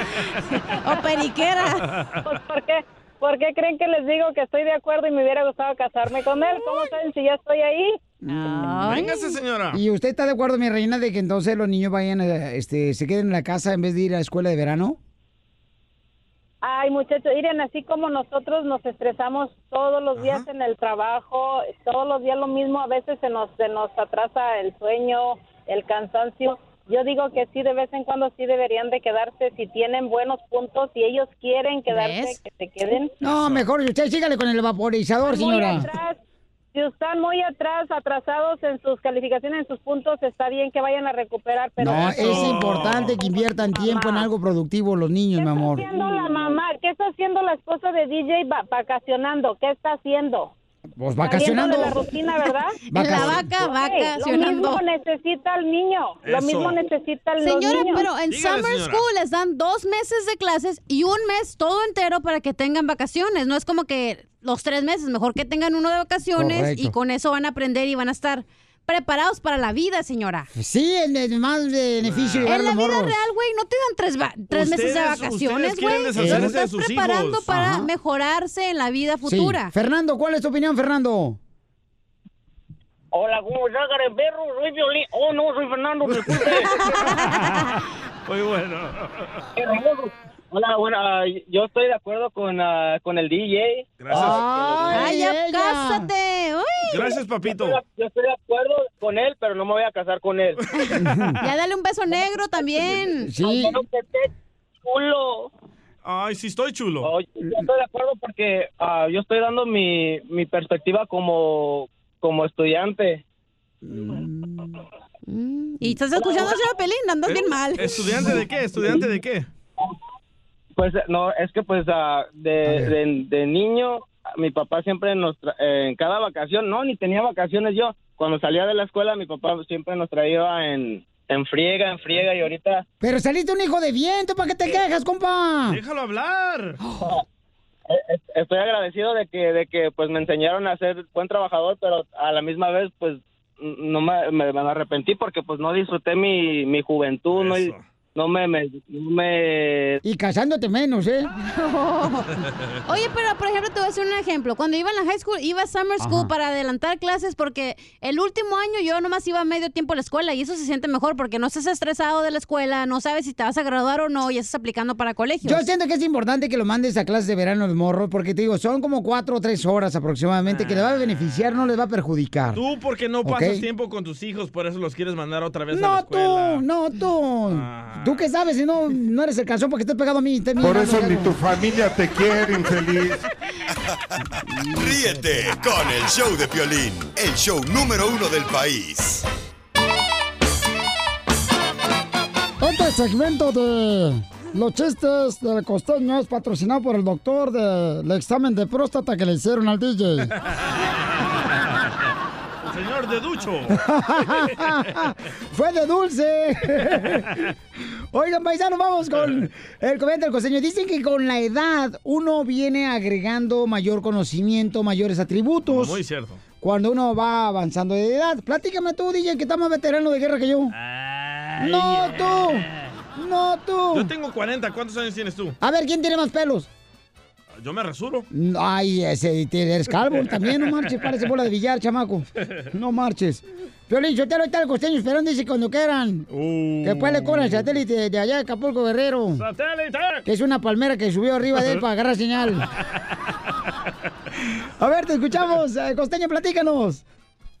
o periquera.
Pues, ¿por qué? ¿Por qué creen que les digo que estoy de acuerdo y me hubiera gustado casarme con él? ¿Cómo saben si ya estoy ahí?
Véngase, señora.
¿Y usted está de acuerdo, mi reina, de que entonces los niños vayan, eh, este, se queden en la casa en vez de ir a la escuela de verano?
Ay, muchachos, miren, así como nosotros nos estresamos todos los días en el trabajo, todos los días lo mismo, a veces se nos, se nos atrasa el sueño, el cansancio. Yo digo que sí, de vez en cuando sí deberían de quedarse, si tienen buenos puntos, si ellos quieren quedarse,
¿Ves?
que se queden.
No, mejor usted sígale con el vaporizador,
Muy
señora.
atrás, si están muy atrás, atrasados en sus calificaciones, en sus puntos, está bien que vayan a recuperar, pero...
No, es importante que inviertan tiempo en algo productivo los niños, mi amor.
¿Qué está haciendo la mamá? ¿Qué está haciendo la esposa de DJ va- vacacionando? ¿Qué está haciendo?
Pues
Saliendo
vacacionando.
de la rutina, ¿verdad?
Vacacionando.
La vaca, vacacionando.
Lo mismo necesita el niño. Lo
Eso.
mismo necesita el niño.
Señora, pero en Summer School les dan dos meses de clases y un mes todo entero para que tengan vacaciones. No es como que los tres meses, mejor que tengan uno de vacaciones
Correcto.
y con eso van a aprender y van a estar preparados para la vida, señora.
pues Sí, el, el más beneficio llevar
En
a
la
los
vida
morros.
real, güey, no te dan tres, va- tres meses de
Ustedes-
vacaciones,
ustedes quieren
güey.
deshacerse
Los estás
de sus
preparando
hijos.
para
Ajá.
mejorarse en la vida
Sí.
futura.
Fernando, ¿cuál es tu opinión, Fernando?
Hola, ¿cómo estás, Garemberro? Soy Violín. Oh, no, soy Fernando, disculpe.
Muy bueno.
Hola, bueno, ah, yo estoy de acuerdo con, ah, con el DJ.
Gracias.
Ay, ya cásate. Uy.
Gracias, papito.
Yo estoy de acuerdo con él, pero no me voy a casar con él.
Mm.
Ya dale un beso negro también.
Al menos que esté chulo.
Ay, sí estoy chulo.
yo estoy de acuerdo porque ah, yo estoy dando mi, mi perspectiva como, como estudiante.
Y estás escuchando a Chava Pelín, andas bien mal.
Eh, ¿Estudiante de qué? ¿Estudiante de qué?
Pues eh, no, es que pues ah, de, de, de niño mi papá siempre nos tra- eh, en cada vacación, no, ni tenía vacaciones yo. Cuando salía de la escuela mi papá siempre nos traía en, en friega, en friega y ahorita
Pero saliste un hijo de viento, ¿para qué te quejas, compa?
Déjalo hablar.
eh, estoy agradecido de que de que pues me enseñaron a ser buen trabajador, pero a la misma vez pues n- no me, me- me arrepentí porque pues no disfruté mi, mi juventud, no, no me, me- no me
Y casándote menos, ¿eh?
Oye, pero por ejemplo, te voy a hacer un ejemplo. Cuando iba en la high school, iba a summer school
Ajá.
para adelantar clases porque el último año yo nomás iba medio tiempo a la escuela y eso se siente mejor porque no estás estresado de la escuela, no sabes si te vas a graduar o no y estás aplicando para colegios.
Yo siento que es importante que lo mandes a clases de verano los morros, porque te digo, son como cuatro o tres horas aproximadamente, que le va a beneficiar, no les va a perjudicar.
Tú porque no pasas
Ok.
tiempo con tus hijos, por eso los quieres mandar otra vez a la
No tú,
escuela. Ah.
no tú. ¿Tú qué sabes? Si no, no eres el calzón porque estás pegado a mí. estás
Por
mirando,
eso
ya
ni
no.
tu familia te quiere, infeliz.
Ríete con el show de Piolín, el show número uno del país.
Este segmento de los chistes del costeño es patrocinado por el doctor del examen de próstata que le hicieron al DJ.
El señor de Ducho.
Fue de dulce. Oigan, paisano, vamos con el comentario del costeño. Dicen que con la edad uno viene agregando mayor conocimiento, mayores atributos.
Muy cierto.
Cuando uno va avanzando de edad. Platícame tú, DJ, que estás más veterano de guerra que yo. no,
yeah.
tú. No, tú.
Yo tengo 40, ¿cuántos años tienes tú?
A ver, ¿quién tiene más pelos?
Yo me resuro.
Ay, ese eres calvo también, no marches, parece bola de billar, chamaco. No marches. Piolín, yo te lo está el costeño esperando, dice cuando quieran. Que después le cobran el satélite de allá de Acapulco Guerrero.
¡Satélite!
Que es una palmera que subió arriba de él para agarrar señal. A ver, te escuchamos. Eh, Costeño, platícanos.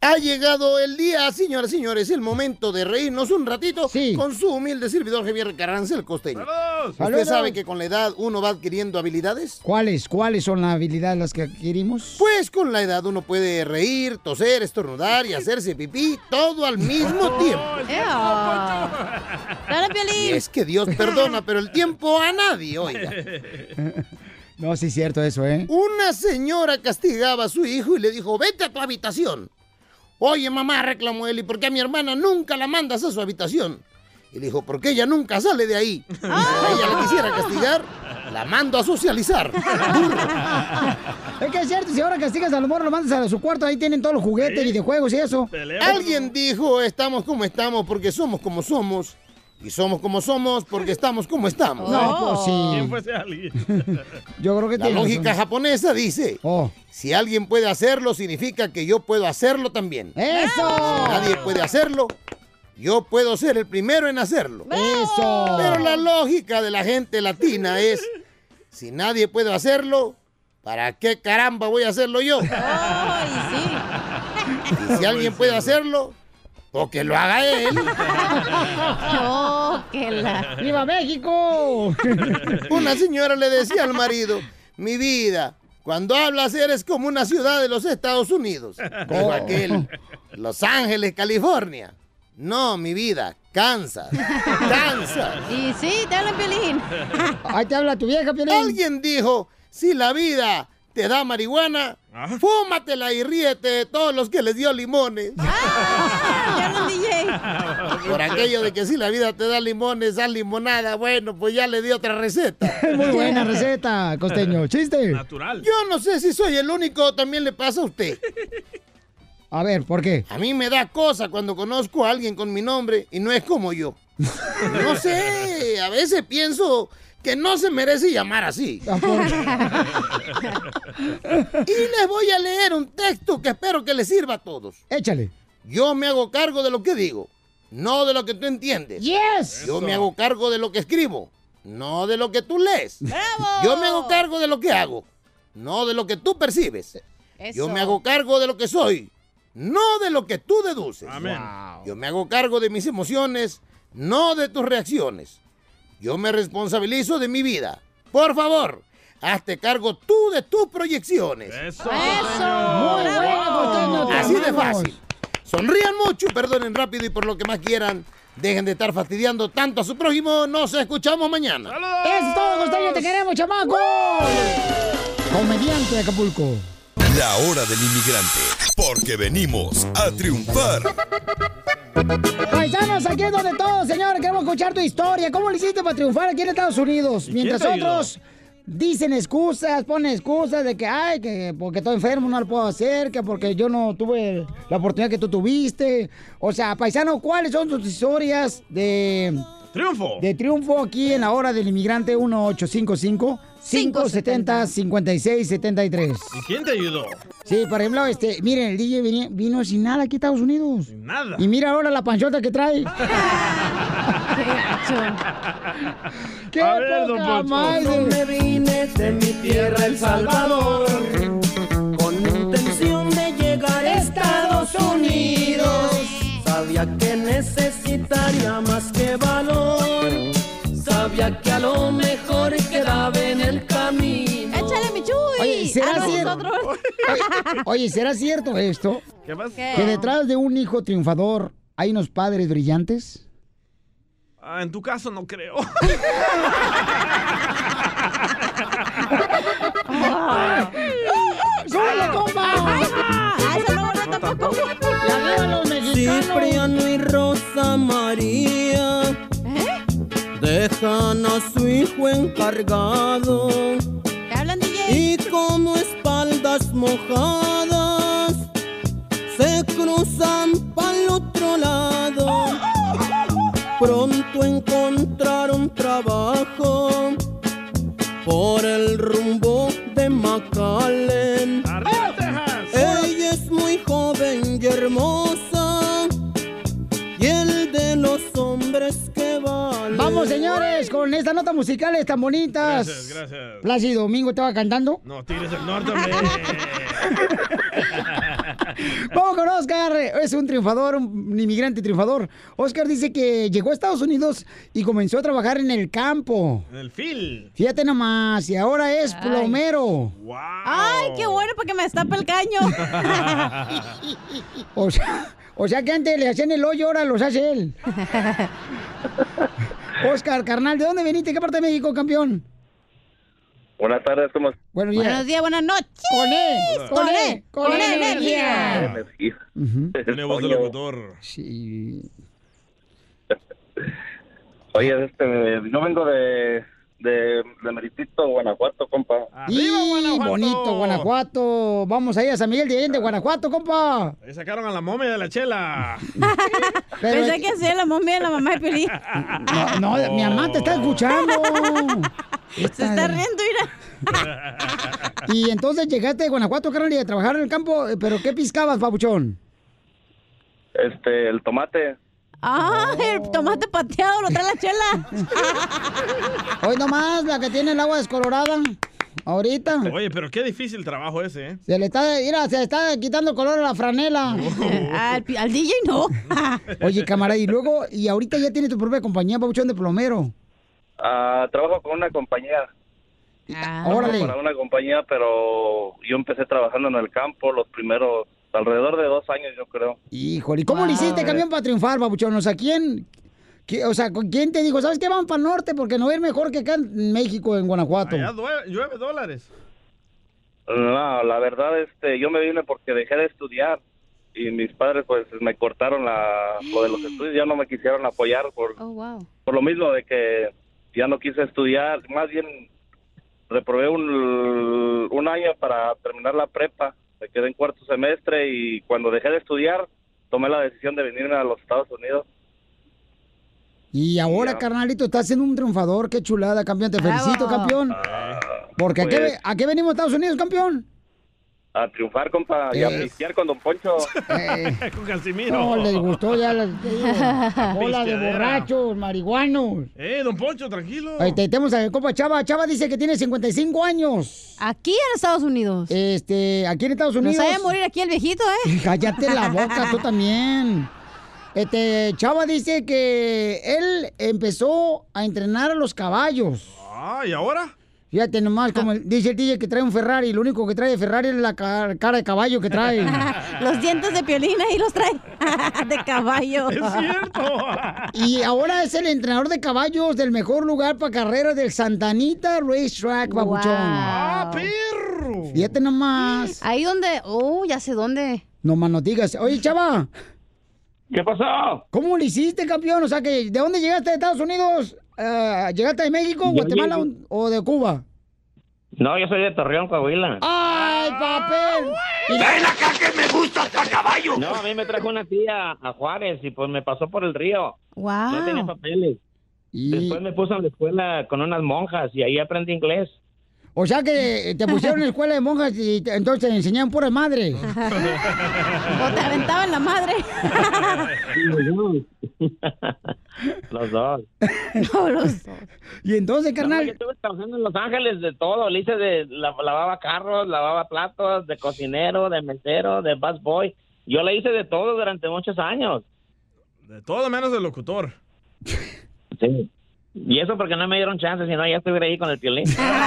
Ha llegado el día, señoras y señores, el momento de reírnos un ratito con su humilde servidor Javier Carranza, el costeño. ¿Usted
¡Saludos!
sabe que con la edad uno va adquiriendo habilidades?
¿Cuáles, cuáles son las habilidades las que adquirimos?
Pues con la edad uno puede reír, toser, estornudar y hacerse pipí todo al mismo tiempo. Y es que Dios perdona, pero el tiempo a nadie, oiga.
No, sí es cierto eso, ¿eh?
Una señora castigaba a su hijo y le dijo, vete a tu habitación. Oye, mamá, reclamó él, ¿y por qué a mi hermana nunca la mandas a su habitación? Y le dijo, porque ella nunca sale de ahí. Y si a ella la quisiera castigar, la mando a socializar.
Es que es cierto, si ahora castigas al humor, lo mandas a su cuarto, ahí tienen todos los juguetes, y videojuegos y eso.
Alguien dijo, estamos como estamos porque somos como somos. Y somos como somos porque estamos como estamos.
No, pues sí. ¿Quién fue
ese alguien?
Yo creo que
La
tiene
lógica
razón. Oh.
japonesa dice, si alguien puede hacerlo, significa que yo puedo hacerlo también.
¡Eso!
Si nadie puede hacerlo, yo puedo ser el primero en hacerlo.
¡Eso!
Pero la lógica de la gente latina es, si nadie puede hacerlo, ¿para qué caramba voy a hacerlo yo? Y si alguien puede hacerlo, o que lo haga él.
¡Viva México!
Una señora le decía al marido, mi vida, cuando hablas eres como una ciudad de los Estados Unidos. Dijo
Oh.
aquel, Los Ángeles, California. No, mi vida, Kansas. Kansas.
Y sí, te hablan Piolín.
Ahí te habla tu vieja, Piolín. Alguien dijo, si la vida te da marihuana, fúmatela y ríete de todos los que les dio limones.
Ah,
Por aquello de que si la vida te da limones, haz limonada, bueno, pues ya le di otra receta.
Muy buena receta, costeño. ¿Chiste?
Yo no sé si soy el único o también le pasa a usted.
A ver, ¿por qué?
A mí me da cosa cuando conozco a alguien con mi nombre y no es como yo. No sé, a veces pienso que no se merece llamar así. Y les voy a leer un texto que espero que les sirva a todos.
Échale.
Yo me hago cargo de lo que digo, no de lo que tú entiendes.
Yes.
Yo me hago cargo de lo que escribo, no de lo que tú lees. Yo me hago cargo de lo que hago, no de lo que tú percibes. Yo me hago cargo de lo que soy, no de lo que tú deduces. Yo me hago cargo de mis emociones, no de tus reacciones. Yo me responsabilizo de mi vida. Por favor, hazte cargo tú de tus proyecciones. Eso.
Muy bueno, Costeño, te
Así de
amamos.
fácil. Sonrían mucho, perdonen rápido y por lo que más quieran, dejen de estar fastidiando tanto a su prójimo. Nos escuchamos mañana.
Eso es todo, costeño. Te queremos, chamaco. Comediante de Acapulco.
La hora del inmigrante, porque venimos a triunfar.
Paisanos, aquí es donde todo, señor. Queremos escuchar tu historia. ¿Cómo le hiciste para triunfar aquí en Estados Unidos? Mientras
te ayudó?
otros dicen excusas, ponen excusas de que, ay, que porque estoy enfermo no lo puedo hacer, que porque yo no tuve la oportunidad que tú tuviste. O sea, paisano, ¿cuáles son tus historias de...
Triunfo.
De triunfo aquí en la hora del inmigrante 1855 570 5673.
¿Y quién te ayudó?
Sí, por ejemplo, este, miren, el DJ vini- vino sin nada aquí a Estados Unidos.
nada.
Y mira ahora la panchota que trae. ¡Qué
A ver, don
poca
Poncho.
madre!
Yo me vine de mi tierra, El Salvador, con intención de llegar a Estados Unidos. Sabía que necesitaría más que valor, sabía que a lo mejor quedaba en el camino.
Échale, mi chuy.
Oye, ¿será
a lo
Oye, ¿será cierto esto?
¿Qué pasa?
Que detrás de un hijo triunfador hay unos padres brillantes.
Ah, en tu caso no creo.
¡Súbele, compa!
¡Ah,
eso no, no,
tampoco! Cipriano y Rosa María dejan a su hijo encargado.
¿Qué hablan, DJ?
Y como espaldas mojadas, se cruzan pa'l otro lado. Pronto encontraron trabajo por el rumbo de McAllen. Ella es muy joven y hermosa, y el de los hombres que vale.
Vamos, señores, con estas notas musicales tan bonitas.
Gracias, gracias.
Plácido Domingo estaba cantando.
No tires el norte, hombre.
Vamos con Oscar, es un triunfador, un inmigrante triunfador. Oscar dice que llegó a Estados Unidos y comenzó a trabajar en el campo.
En el fil.
Fíjate nomás, y ahora es
Ay.
plomero.
Ay, qué bueno porque me destapa el caño.
O sea, o sea que antes le hacían el hoyo, ahora los hace él. Oscar, carnal, ¿de dónde veniste? ¿Qué parte de México, campeón?
Buenas tardes, ¿cómo estás?
Buenos días.
Buenos días, buenas noches.
Con él, con él, con
con
él.
energía.
Energía.
Tiene voz de
Oye,
locutor.
Sí.
Oye, este, yo vengo de, de, de Meritito, Guanajuato, compa.
y bonito, Guanajuato. Vamos ahí a San Miguel de Allende, Guanajuato, compa.
Le sacaron a la momia de la chela.
Pensé que hacía la momia de la mamá de Pelín.
No, no, mi mamá te está escuchando.
Se está riendo, mira.
Y entonces llegaste de Guanajuato, carnal, y a trabajar en el campo. eh, ¿Pero qué piscabas, papuchón?
Este, el tomate.
Ah, el tomate pateado, lo trae la chela.
Hoy nomás, la que tiene el agua descolorada. Ahorita.
Oye, pero qué difícil trabajo ese, ¿eh?
Se le está, mira, se le está quitando el color a la franela.
al, DJ no.
Oye, camarada, y luego, y ahorita ya tiene tu propia compañía, papuchón de plomero.
Ah, trabajo con una compañía.
Ah.
Trabajo
Órale.
Para una compañía, pero yo empecé trabajando en el campo los primeros, alrededor de dos años, yo creo.
Híjole, ¿y cómo le hiciste, camión, para triunfar, papuchón? O sea, ¿quién, qué- o sea, ¿con quién te dijo, sabes qué, vamos para el norte porque no es mejor que acá en México, en Guanajuato?
Allá
Due- Llueve dólares.
No, la verdad, este, yo me vine porque dejé de estudiar y mis padres, pues, me cortaron la, lo de los estudios, ya no me quisieron apoyar por,
Oh, wow.
por lo mismo de que ya no quise estudiar, más bien reprobé un, un año para terminar la prepa, me quedé en cuarto semestre y cuando dejé de estudiar tomé la decisión de venirme a los Estados Unidos.
Y ahora,
Ya.
carnalito, estás siendo un triunfador, qué chulada, campeón, te felicito, campeón. Porque ¿a, qué,
Ah, Pues,
¿a qué venimos a Estados Unidos, campeón?
a triunfar, compa, y a
Eh.
pistear con Don Poncho.
Con Casimiro.
No, les gustó ya la
La
bola de
pisteadera.
borrachos, marihuanos.
Eh, don Poncho, tranquilo.
Este, tenemos a compa Chava. Chava dice que tiene 55 años.
Aquí en Estados Unidos.
Este, aquí en Estados
Nos
Unidos.
vaya a morir aquí el viejito, ¿eh?
Cállate la boca, tú también. Este, Chava dice que él empezó a entrenar a los caballos.
Ah, ¿y ahora?
Fíjate nomás, como el- dice el DJ que trae un Ferrari, lo único que trae de Ferrari es la ca- cara de caballo que trae.
los dientes de piolina y los trae de caballo.
Es Y ahora es el entrenador de caballos del mejor lugar para carreras del Santanita Racetrack, babuchón.
¡Ah,
perro!
Fíjate nomás.
Ahí donde, oh, ya sé dónde.
No más no digas. Oye, chava.
¿Qué pasó?
¿Cómo lo hiciste, campeón? O sea, que ¿de dónde llegaste de Estados Unidos? Eh, ¿Llegaste de México,
Yo
Guatemala
llegué-
un- o de Cuba?
No, yo soy de Torreón, Coahuila.
¡Ay, papel!
No, a mí me trajo una tía a Juárez y pues me pasó por el río. No tenía
Wow.
papeles. Después me puso en la escuela con unas monjas y ahí aprendí inglés.
O sea que eh, te pusieron en la escuela de monjas y te- entonces te enseñaban pura madre.
O te aventaban la madre.
Los dos.
Y entonces,
No, yo
carnal,
estuve trabajando en Los Ángeles de todo. Le hice de la- lavaba carros, lavaba platos, de cocinero, de mesero, de bus boy. Yo le hice de todo durante muchos años.
De todo menos el locutor.
Sí.
Y eso porque no me dieron chance, si no ya estuviera ahí con el violín.
Esta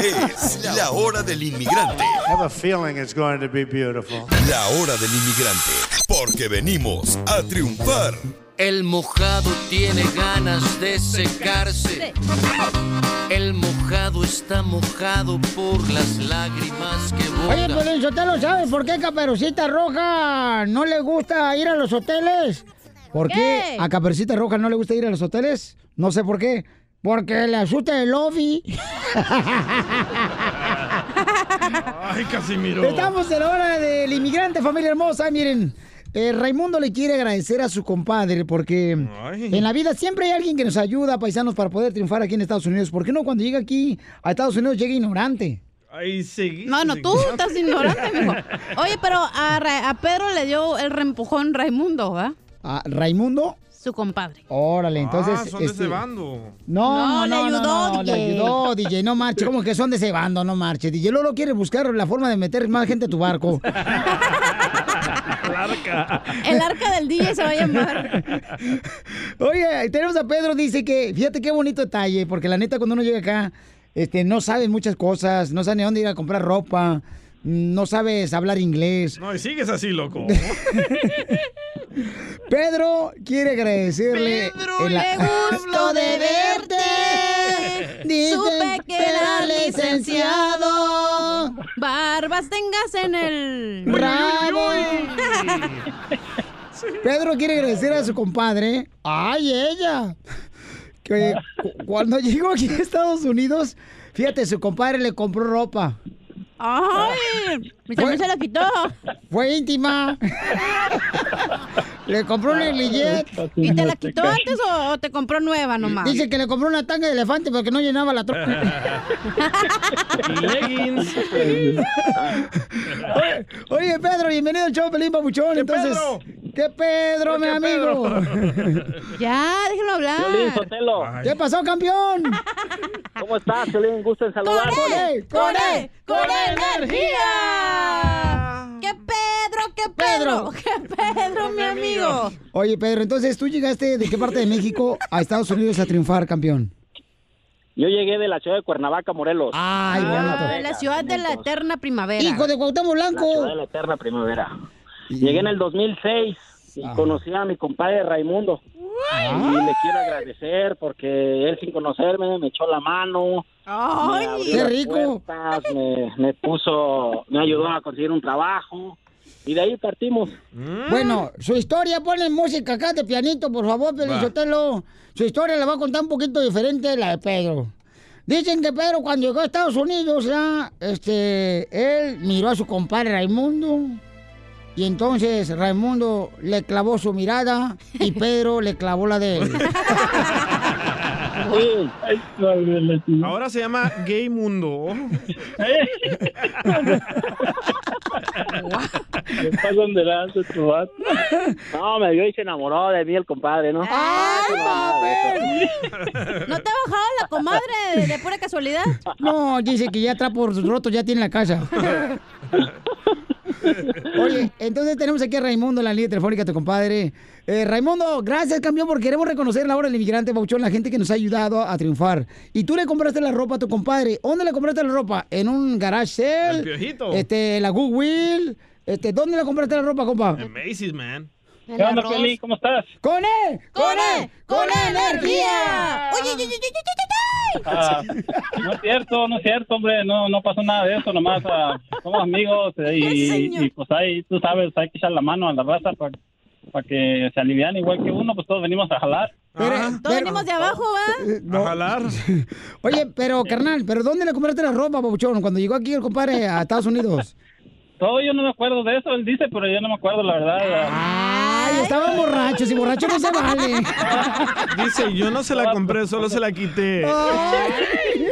es la hora del inmigrante.
I have a feeling it's going to be beautiful.
La hora del inmigrante. Porque venimos a triunfar.
El mojado tiene ganas de secarse. El mojado está mojado por las lágrimas que
Oye,
botan.
Piolín Sotelo, ¿sabes por qué Caperucita Roja no le gusta ir a los hoteles? ¿Por qué? a Caperucita Roja no le gusta ir a los hoteles? No sé por qué. Porque le asusta el lobby.
Ay, Casimiro.
Estamos en la hora del inmigrante, familia hermosa. Miren, eh, Raimundo le quiere agradecer a su compadre porque en la vida siempre hay alguien que nos ayuda, paisanos, para poder triunfar aquí en Estados Unidos. ¿Por qué no cuando llega aquí a Estados Unidos llega ignorante?
Ahí seguí.
No, no, tú estás ignorante, mijo. Oye, pero a, Ra- a Pedro le dio el reempujón Raimundo, ¿verdad?
¿A Ah, Raimundo?
Su compadre.
Órale, entonces.
ah, son de
este,
ese bando.
No,
No, le
no, no, no,
ayudó,
no, le
DJ.
ayudó, DJ. No marche, como que son de ese bando, no marche. DJ Lolo quiere buscar la forma de meter más gente a tu barco.
El arca del DJ se va a llamar.
Oye, tenemos a Pedro, dice que, fíjate qué bonito detalle, porque la neta cuando uno llega acá, este, no sabe muchas cosas, no sabe ni dónde ir a comprar ropa, no sabes hablar inglés.
No, y sigues así, loco.
Pedro quiere agradecerle. Pedro,
gusto de
verte.
Supe que era licenciado. Barbas tengas en el
Bravo. Pedro quiere agradecer a su compadre. ¡Ay, ella! Que cu- cuando llegó aquí a Estados Unidos, fíjate, su compadre le compró ropa.
¡Ay! Mi también se la quitó.
Fue íntima. le compró un negligé.
¿Y te la quitó antes o, o Oh, te compró nueva nomás?
Dice que le compró una tanga de elefante porque no llenaba la tropa.
leggings.
Oye, Pedro, bienvenido al show, Pelín Papuchón. Entonces, ¿qué Pedro, mi amigo?
ya, déjenlo
Piolín
hablar.
Sotelo.
¿Qué pasó, campeón?
¿Cómo estás, Piolín? Gusto en saludar.
¡Con él! ¡Con él! ¡Con E, energía! ¡Qué Pedro, qué Pedro! Ah, ¡Qué Pedro, mi amigo!
Oye, Pedro, entonces tú llegaste de qué parte de México a Estados Unidos a triunfar, campeón.
Yo llegué de la ciudad de Cuernavaca, Morelos.
Ay,
Ah, la ciudad de la eterna primavera.
Hijo de Cuauhtémoc
La ciudad de la eterna primavera. Llegué en el 2006 y
Ah.
conocí a mi compadre Raimundo. Y le quiero agradecer porque él sin conocerme me echó la mano.
¡Ay,
me abrió
qué
las
rico!
puertas, me, me puso, me ayudó a conseguir un trabajo. Y de ahí partimos.
Mm.
Bueno, su historia, ponle música acá de pianito, por favor,
Va.
Pelizotelo. Su historia la va a contar un poquito diferente de la de Pedro. Dicen que Pedro cuando llegó a Estados Unidos, ya, este, él miró a su compadre Raimundo y entonces Raimundo le clavó su mirada y Pedro le clavó la de él.
Ahora se llama Gay Mundo.
Estás donde tu No, me vio y se enamoró de mí el compadre, ¿no?
Ah. ¿No te ha bajado la comadre de, de pura casualidad?
No, dice que ya trapos rotos ya tiene la casa. Oye, entonces tenemos aquí a Raimundo en la línea telefónica, tu compadre. Eh, Raimundo, gracias, campeón, porque queremos reconocer la hora del inmigrante Bauchón, la gente que nos ha ayudado a triunfar. Y tú le compraste la ropa a tu compadre. ¿Dónde le compraste la ropa? ¿En un garage sale?
El Piojito.
Este, la Goodwill. Este, ¿Dónde le compraste la ropa, compa?
Macy's, man.
¿Qué onda, Piolín?
¿Cómo estás?
¡Con él!
E, ¡Con
E,
él! ¡Con E.
energía! ¡Oye, oye, oye, oye,
Ah, no es cierto, no es cierto, hombre, no, no pasó nada de eso, nomás ah, somos amigos eh, y, y, pues ahí, tú sabes, hay que echar la mano a la raza para que se alivian igual que uno, pues todos venimos a jalar.
Todos venimos de abajo, ¿va?
No. Oye, pero carnal, ¿pero dónde le compraste la ropa, Bauchón, cuando llegó aquí el compadre a Estados Unidos?
Todo yo no me acuerdo de eso, él dice, pero yo no me acuerdo, la verdad. ah,
Ay, estaban borrachos y borrachos no se vale.
Dice, yo no se la compré, solo se la quité.
Ay,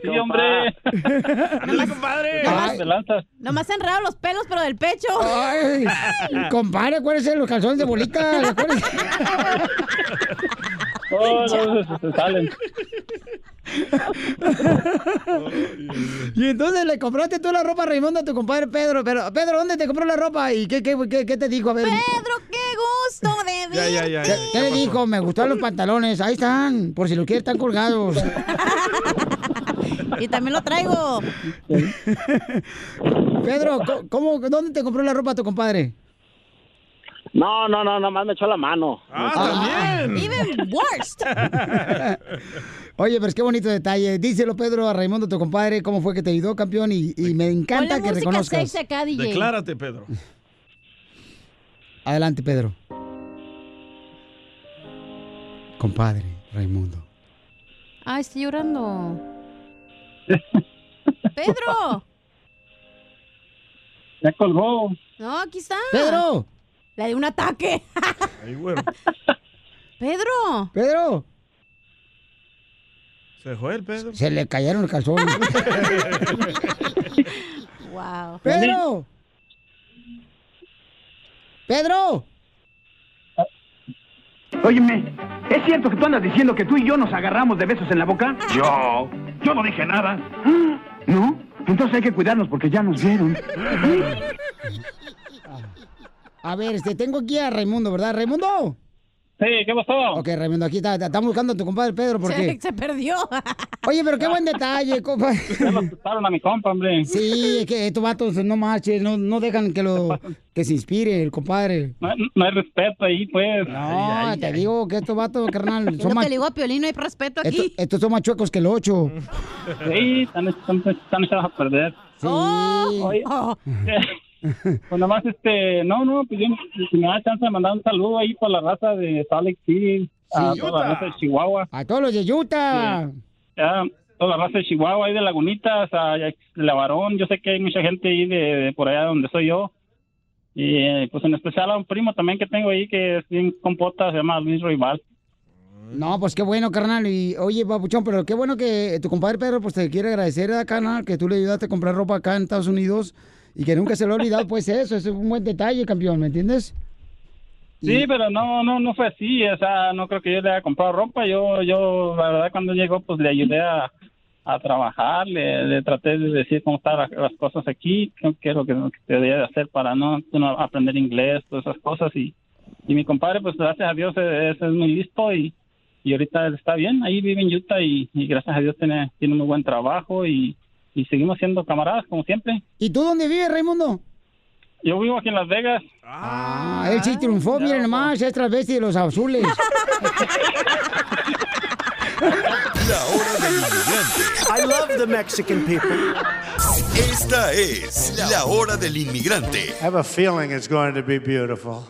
sí, hombre.
Ándale, compadre.
Nomás-
Nomás enredado los pelos, pero del pecho.
Ay, compadre, acuérdese de los calzones de bolita. acuérdese.
Oh, no, se- se salen.
y entonces le compraste tú la ropa a Raimundo a tu compadre Pedro. Pero, Pedro, ¿dónde te compró la ropa? ¿Y qué, qué, qué, qué te dijo? A ver.
Pedro, qué gusto de
Ya, ya, ya,
verte.
¿Qué, qué le dijo? Me gustaron los pantalones. Ahí están. Por si los quieres, están colgados.
Y también lo traigo.
Pedro, co- ¿cómo, ¿dónde te compró la ropa tu compadre?
No, no, no, nomás me echó la mano.
Ah. Even worst.
Oye, pero es que bonito detalle. Díselo, Pedro, a Raimundo, tu compadre, cómo fue que te ayudó, campeón. Y, y me encanta
Ponle
que
música
reconozcas.
sexy acá, DJ.
Declárate, Pedro.
Adelante, Pedro. Compadre, Raimundo.
Ay, estoy llorando. Pedro.
Ya colgó.
No, aquí está.
Pedro.
La de un ataque. Pedro.
Pedro.
Se dejó el Pedro.
Se le cayeron los calzones.
Wow.
Pedro. Pedro.
Óyeme, ¿es cierto que tú andas diciendo que tú y yo nos agarramos de besos en la boca?
Yo, yo no dije nada.
¿No? Entonces hay que cuidarnos porque ya nos vieron.
Ah. A ver, este, tengo aquí a Raimundo, ¿verdad? ¿Raimundo?
Sí, ¿qué pasó?
Ok, Raimundo, aquí está, estamos buscando a tu compadre Pedro, porque...
Se, se perdió.
Oye, pero qué buen detalle, compa.
a mi compa, hombre.
Sí, es que estos vatos no marchen, no, no dejan que lo que se inspire el compadre.
No, hay- no hay respeto ahí, pues.
No, te digo que estos vatos, carnal,
Es
son
lo
más,
que le digo a Piolín, no hay respeto
esto-
aquí.
estos son más chuecos que el ocho.
Sí, están, están, están echados a perder. Oh. Oye,
Oh.
pues nomás, este, no, no, pues yo, si me da chance de mandar un saludo ahí por la raza de Salt Lake City, a
Sí,
toda
Utah.
la raza de Chihuahua.
A todos los de Utah.
Ya, toda la raza de Chihuahua, ahí de Lagunitas, a Lavarón, yo sé que hay mucha gente ahí de, de por allá donde soy yo. Y eh, pues en especial a un primo también que tengo ahí que es bien compota, se llama Luis Rival.
No, pues qué bueno, carnal. Y oye, papuchón, pero qué bueno que tu compadre Pedro pues te quiere agradecer, ¿verdad, carnal, que tú le ayudaste a comprar ropa acá en Estados Unidos y que nunca se lo ha olvidado, pues eso, es un buen detalle, campeón, ¿me entiendes?
Sí, pero no, no, no fue así. O sea, no creo que yo le haya comprado ropa. Yo, yo, la verdad, cuando llegó, pues le ayudé a, a trabajar, le, le traté de decir cómo están las, las cosas aquí, qué qué es lo que, lo que se debe de hacer para no, no aprender inglés, todas esas cosas. Y, y mi compadre, pues gracias a Dios es, es muy listo y, y ahorita está bien. Ahí vive en Utah y, y gracias a Dios tiene, tiene muy buen trabajo y, y seguimos siendo camaradas como siempre.
¿Y tú dónde vives, Raimundo?
Yo vivo aquí en Las Vegas.
Ah, él sí triunfó, miren nomás, es travesti de los azules.
I love the Mexican people.
Esta es la hora del inmigrante.
I have a feeling it's going to be beautiful.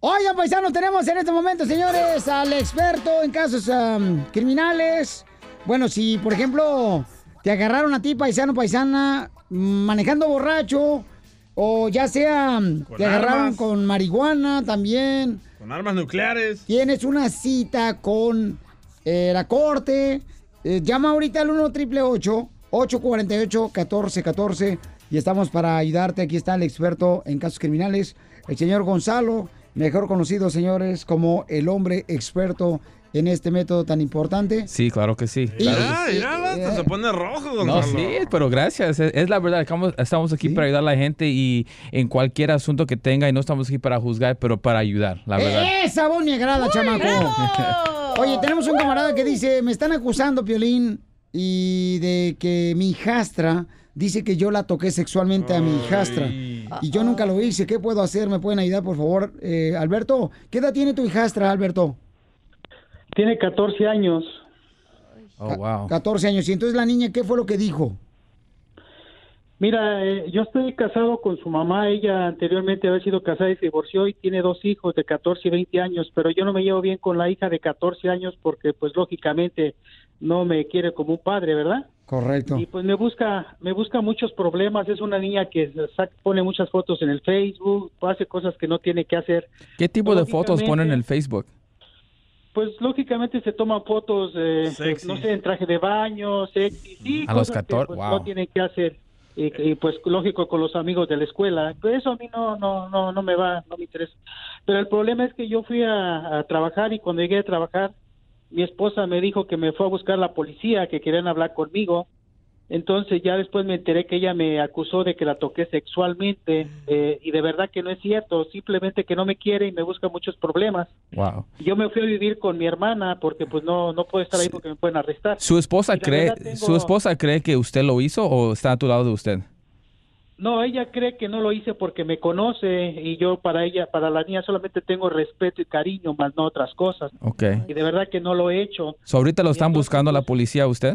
Oigan, paisanos, tenemos en este momento, señores, al experto en casos am, criminales. Bueno, si, por ejemplo, te agarraron a ti, paisano, paisana, manejando borracho, o ya sea, am, te agarraron
armas.
con marihuana también.
Con armas nucleares.
Tienes una cita con eh, la corte. eh, llama ahorita al 1 888 848 1414 y estamos para ayudarte. Aquí está el experto en casos criminales, el señor Gonzalo, mejor conocido, señores, como el hombre experto en este método tan importante.
Sí, claro que sí.
Ah,
Mirá, mirá, hasta pues, se pone rojo,
No,
Gonzalo.
sí, pero gracias. Es, es la verdad. Estamos, estamos aquí para ayudar a la gente y en cualquier asunto que tenga. Y no estamos aquí para juzgar, pero para ayudar, la verdad.
¡Eh, ¡Esa voz me agrada, chamaco! Oye, tenemos un camarada que dice, me están acusando, Piolín, y de que mi hijastra dice que yo la toqué sexualmente a mi hijastra. Y yo nunca lo hice. ¿Qué puedo hacer? ¿Me pueden ayudar, por favor? Eh, Alberto, ¿qué edad tiene tu hijastra, Alberto?
Tiene 14 años.
Oh, wow.
14 años. Y entonces la niña, ¿qué fue lo que dijo?
Mira, eh, yo estoy casado con su mamá. Ella anteriormente había sido casada y se divorció y tiene dos hijos de 14 y 20 años, pero yo no me llevo bien con la hija de 14 años porque, pues, lógicamente no me quiere como un padre, ¿verdad?
Correcto.
Y pues me busca, me busca muchos problemas. Es una niña que sa- pone muchas fotos en el Facebook, hace cosas que no tiene que hacer.
¿Qué tipo de fotos
Lógicamente-
ponen en el Facebook?
Pues lógicamente se toman fotos, eh, no sé, en traje de baño, sexy, sí,
A los
cosas que,
14,
pues,
wow.
no tienen que hacer. Y, y, pues lógico con los amigos de la escuela, Pero eso a mí no, no, no, no me va, no me interesa. Pero el problema es que yo fui a, a trabajar y cuando llegué a trabajar mi esposa me dijo que me fue a buscar la policía, que querían hablar conmigo. Entonces ya después me enteré que ella me acusó de que la toqué sexualmente eh, y de verdad que no es cierto, simplemente que no me quiere y me busca muchos problemas.
Wow.
Yo me fui a vivir con mi hermana porque pues no no puedo estar ahí porque me pueden arrestar.
¿Su esposa,
Y la
cree,
verdad tengo-
¿Su esposa cree que usted lo hizo o está a tu lado de usted?
No, ella cree que no lo hice porque me conoce y yo para ella, para la niña solamente tengo respeto y cariño, más no otras cosas.
Ok.
Y de pues verdad que no lo he hecho.
So, ¿Ahorita lo están buscando la policía a usted?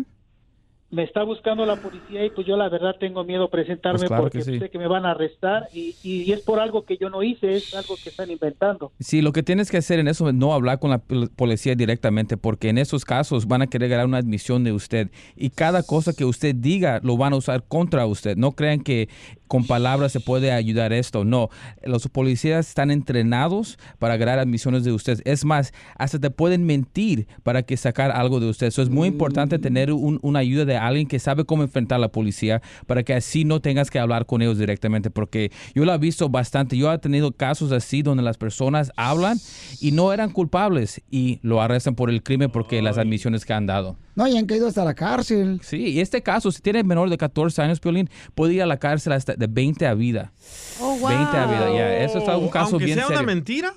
me está buscando la policía y pues yo la verdad tengo miedo presentarme
Pues claro
porque
que sí.
sé que me van a arrestar y, y es por algo que yo no hice, es algo que están inventando.
Sí, lo que tienes que hacer en eso es no hablar con la pol- policía directamente, porque en esos casos van a querer ganar una admisión de usted y cada cosa que usted diga lo van a usar contra usted. No crean que con palabras se puede ayudar esto. No, los policías están entrenados para ganar admisiones de usted. Es más, hasta te pueden mentir para que sacar algo de usted. Eso es muy importante tener un- una ayuda de alguien que sabe cómo enfrentar a la policía para que así no tengas que hablar con ellos directamente, porque yo lo he visto bastante. Yo he tenido casos así donde las personas hablan y no eran culpables y lo arrestan por el crimen porque las admisiones que han dado.
No, y han caído hasta la cárcel.
Sí, y este caso, si tiene menor de 14 años, Piolín, puede ir a la cárcel hasta de 20 a vida.
Oh,
20 a vida, ya. Eso es un caso
Aunque
bien
sea
serio.
una mentira.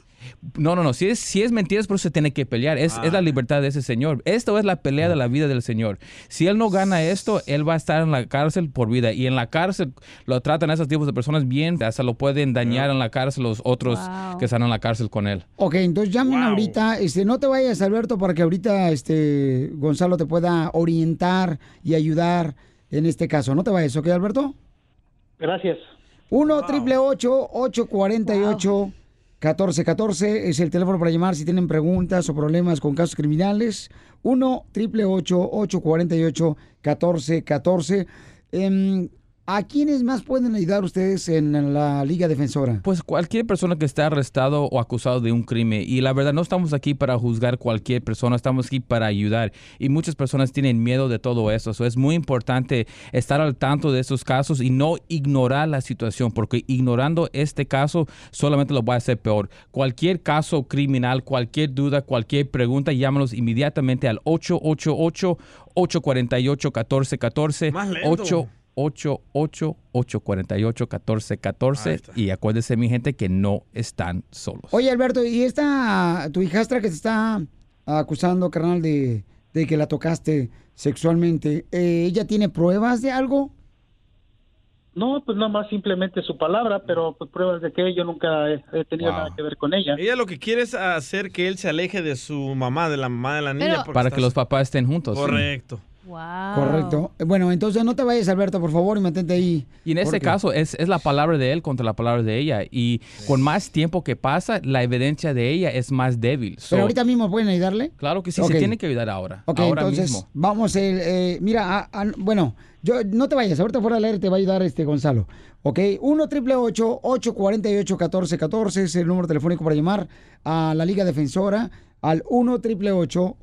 No, no, no. Si es, si es mentira, es por eso se tiene que pelear. Es, es la libertad de ese señor. Esto es la pelea de la vida del señor. Si él no gana esto, él va a estar en la cárcel por vida. Y en la cárcel lo tratan a esos tipos de personas bien. Hasta lo pueden dañar en la cárcel los otros que están en la cárcel con él.
Ok, entonces llamen ahorita, este, no te vayas Alberto para que ahorita este Gonzalo te pueda orientar y ayudar en este caso. No te vayas, ¿ok Alberto?
Gracias.
1 triple 848 1414 es el teléfono para llamar si tienen preguntas o problemas con casos criminales. 1 triple 848 1414 Em, ¿A quiénes más pueden ayudar ustedes en la Liga Defensora?
Pues cualquier persona que esté arrestado o acusado de un crimen. Y la verdad, no estamos aquí para juzgar cualquier persona, estamos aquí para ayudar. Y muchas personas tienen miedo de todo eso. So, es muy importante estar al tanto de esos casos y no ignorar la situación, porque ignorando este caso solamente lo va a hacer peor. Cualquier caso criminal, cualquier duda, cualquier pregunta, llámanos inmediatamente al 888-848-1414.
Más lento.
888-848-1414. Y acuérdese, mi gente, que no están solos.
Oye, Alberto, ¿y esta tu hijastra que te está acusando, carnal, de, de que la tocaste sexualmente, eh, ¿ella tiene pruebas de algo?
No, pues nada más simplemente su palabra, pero pues pruebas de que yo nunca he, he tenido
Wow.
nada que ver con ella.
Ella lo que quiere es hacer que él se aleje de su mamá, de la mamá de la niña. porque
Para
está-
que los papás estén juntos. sí.
Correcto.
Ah.
Correcto. Eh, Bueno, entonces no te vayas, Alberto, por favor, y mantente ahí.
Y en este
Porque-
caso es, es la palabra de él contra la palabra de ella. Y con más tiempo que pasa, la evidencia de ella es más débil. So,
Pero ahorita mismo pueden ayudarle.
Claro que sí,
Ok.
se tiene que ayudar ahora.
Ok,
ahora
entonces
mismo.
vamos, el, eh, mira, a- a- bueno, yo no te vayas, ahorita fuera al aire te va a ayudar este Gonzalo. Ok, 1 triple 848 1414 es el número telefónico para llamar a la Liga Defensora al 1 triple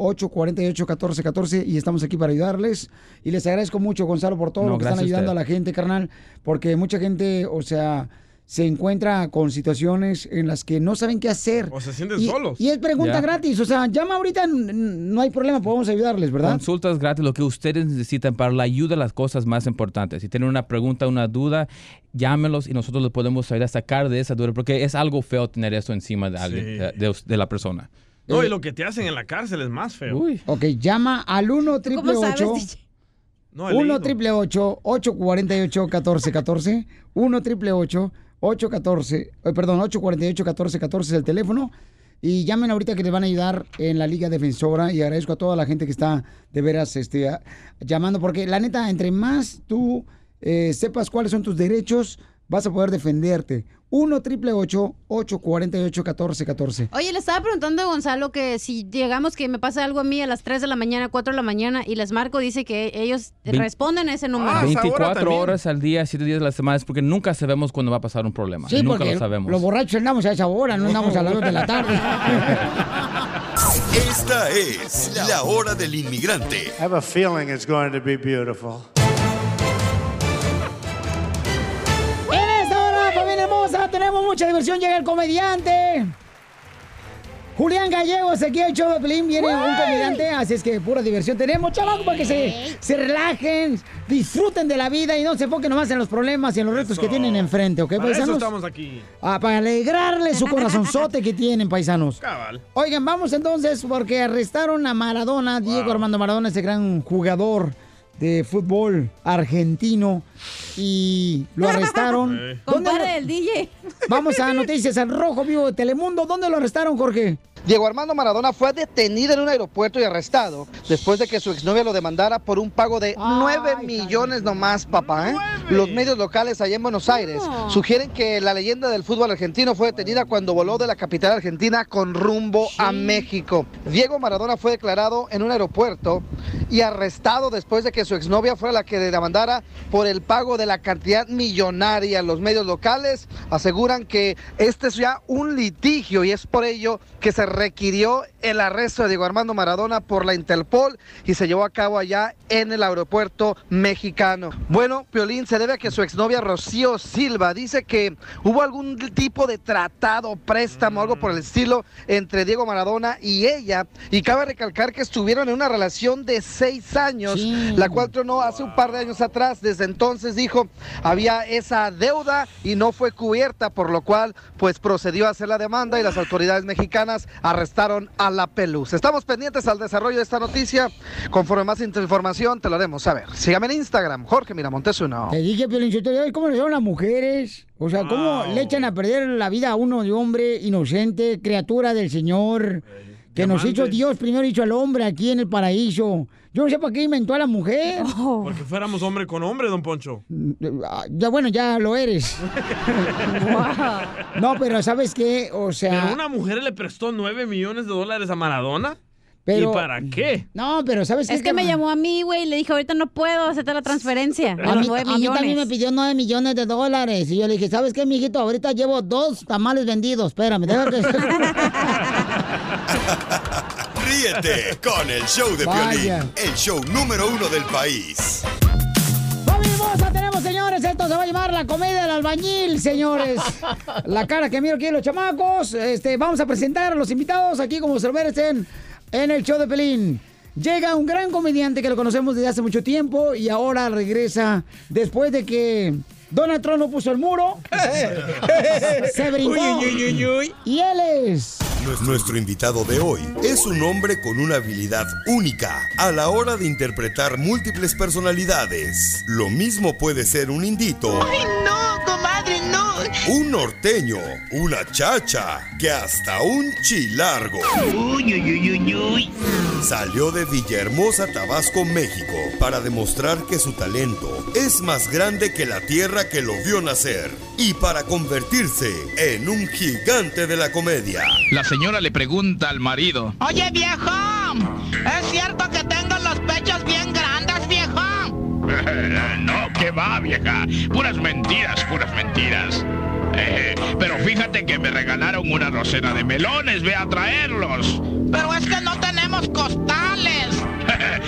848 1414 y estamos aquí para ayudarles. Y les agradezco mucho, Gonzalo, por todo
No,
lo que están
gracias a
ayudando a
usted.
la gente, carnal, porque mucha gente, o sea, se encuentra con situaciones en las que no saben qué hacer.
O se sienten
y,
solos.
Y es pregunta
Ya.
gratis, o sea, llama ahorita, n- n- no hay problema, podemos ayudarles, ¿verdad?
Consultas gratis, lo que ustedes necesitan para la ayuda a las cosas más importantes. Si tienen una pregunta, una duda, llámenlos y nosotros les podemos ayudar a sacar de esa duda, porque es algo feo tener eso encima de, alguien,
Sí.
eh, de, de la persona. Eh,
No, y lo que te hacen en la cárcel es más feo.
Ok, llama al 1 triple
sabes,
8
DJ? No, he
1
leído.
triple 848 1414 1 triple 814 eh, perdón 848 1414 es el teléfono y llamen ahorita que les van a ayudar en la Liga Defensora y agradezco a toda la gente que está de veras este, a- llamando porque la neta entre más tú eh, sepas cuáles son tus derechos vas a poder defenderte 1 triple 848 1414
Oye, le estaba preguntando a Gonzalo que si llegamos que me pasa algo a mí a las 3 de la mañana, 4 de la mañana y les marco, dice que ellos
Vein-
responden a ese número.
Ah, pues
24 horas al día, 7 días a la semana, es porque nunca sabemos cuándo va a pasar un problema.
Sí,
nunca
porque
lo sabemos.
los borrachos andamos a esa hora, no andamos a las 2 de la tarde.
Esta es la hora del inmigrante
I have a feeling it's going to be beautiful.
En esta hora, familia hermosa, tenemos mucha diversión. Llega el comediante. Julián Gallegos, aquí el show de Pelín, viene un comediante, así es que pura diversión tenemos, chavaco, para que se, se relajen, disfruten de la vida y no se enfoquen nomás en los problemas y en los retos que tienen enfrente, ¿ok,
Para eso
paisanos?
estamos aquí.
Ah, para alegrarle su corazonzote que tienen, paisanos.
Cabal.
Oigan, vamos entonces porque arrestaron a Maradona, Diego Armando Maradona, ese gran jugador de fútbol argentino, y lo arrestaron.
Eh.
¿Dónde
Compadre del
lo-
DJ.
Vamos a noticias al rojo vivo de Telemundo. ¿Dónde lo arrestaron, Jorge?
Diego Armando Maradona fue detenido en un aeropuerto y arrestado después de que su exnovia lo demandara por un pago de 9 millones nomás, papá. ¿eh? Los medios locales allá en Buenos Aires
No.
sugieren que la leyenda del fútbol argentino fue detenida cuando voló de la capital argentina con rumbo a México. Diego Maradona fue declarado en un aeropuerto y arrestado después de que su exnovia fuera la que le demandara por el pago de la cantidad millonaria. Los medios locales aseguran que este es ya un litigio y es por ello que se requirió el arresto de Diego Armando Maradona por la Interpol y se llevó a cabo allá en el aeropuerto mexicano. Bueno, Piolín se debe a que su exnovia Rocío Silva dice que hubo algún tipo de tratado, préstamo, algo por el estilo entre Diego Maradona y ella y cabe recalcar que estuvieron en una relación de seis años, la cual tronó hace un par de años atrás. Desde entonces dijo había esa deuda y no fue cubierta, por lo cual pues procedió a hacer la demanda y las autoridades mexicanas arrestaron a la Peluz. Estamos pendientes al desarrollo de esta noticia. Conforme más información te lo haremos saber. Sígame en Instagram, Jorge Miramontes uno.
Te dije, Piolín, Sotelo, ay, ¿cómo le son las mujeres? O sea, ¿cómo le echan a perder la vida a uno de hombre inocente, criatura del Señor, que nos
diamante.
hizo Dios, primero hizo al hombre aquí en el paraíso? Yo no sé para qué inventó a la mujer.
Porque fuéramos hombre con hombre, don Poncho.
Ah, Ya bueno, ya lo eres. no, pero ¿sabes qué? O sea...
Pero una mujer le prestó 9 millones de dólares a Maradona.
Pero-
¿Y para qué?
No, pero ¿sabes qué?
Es que me llamó a mí, güey, y le dije, ahorita no puedo hacerte la transferencia.
A
Eh,
mí,
nueve
a mí también me
millones.
pidió 9 millones de dólares. Y yo le dije, ¿sabes qué, mijito? Ahorita llevo dos tamales vendidos. Espérame, deja que...
Ríete con el show de
Vaya.
Piolín, el show número uno del país.
¡Familia hermosa! Tenemos, señores, esto se va a llamar la comedia del albañil, señores. La cara que miro aquí los chamacos. Este, vamos a presentar a los invitados aquí como se lo merecen en el show de Pelín. Llega un gran comediante que lo conocemos desde hace mucho tiempo y ahora regresa después de que Donald Trump no puso el muro. se brincó.
Uy, uy, uy, uy, uy.
Y él es...
Nues- Nuestro invitado de hoy es un hombre con una habilidad única a la hora de interpretar múltiples personalidades. Lo mismo puede ser un indito,
no, comadre, no!
un norteño, una chacha, que hasta un chilargo. Salió de Villahermosa, Tabasco, México, para demostrar que su talento es más grande que la tierra que lo vio nacer y para convertirse en un gigante de la comedia.
La señora le pregunta al marido.
Oye, viejo, ¿es cierto que tengo los pechos bien grandes, viejo?
No, que va, vieja. Puras mentiras, puras mentiras. Eh, pero fíjate que me regalaron una docena de melones, ve a traerlos.
Pero es Pues que no tenemos costales.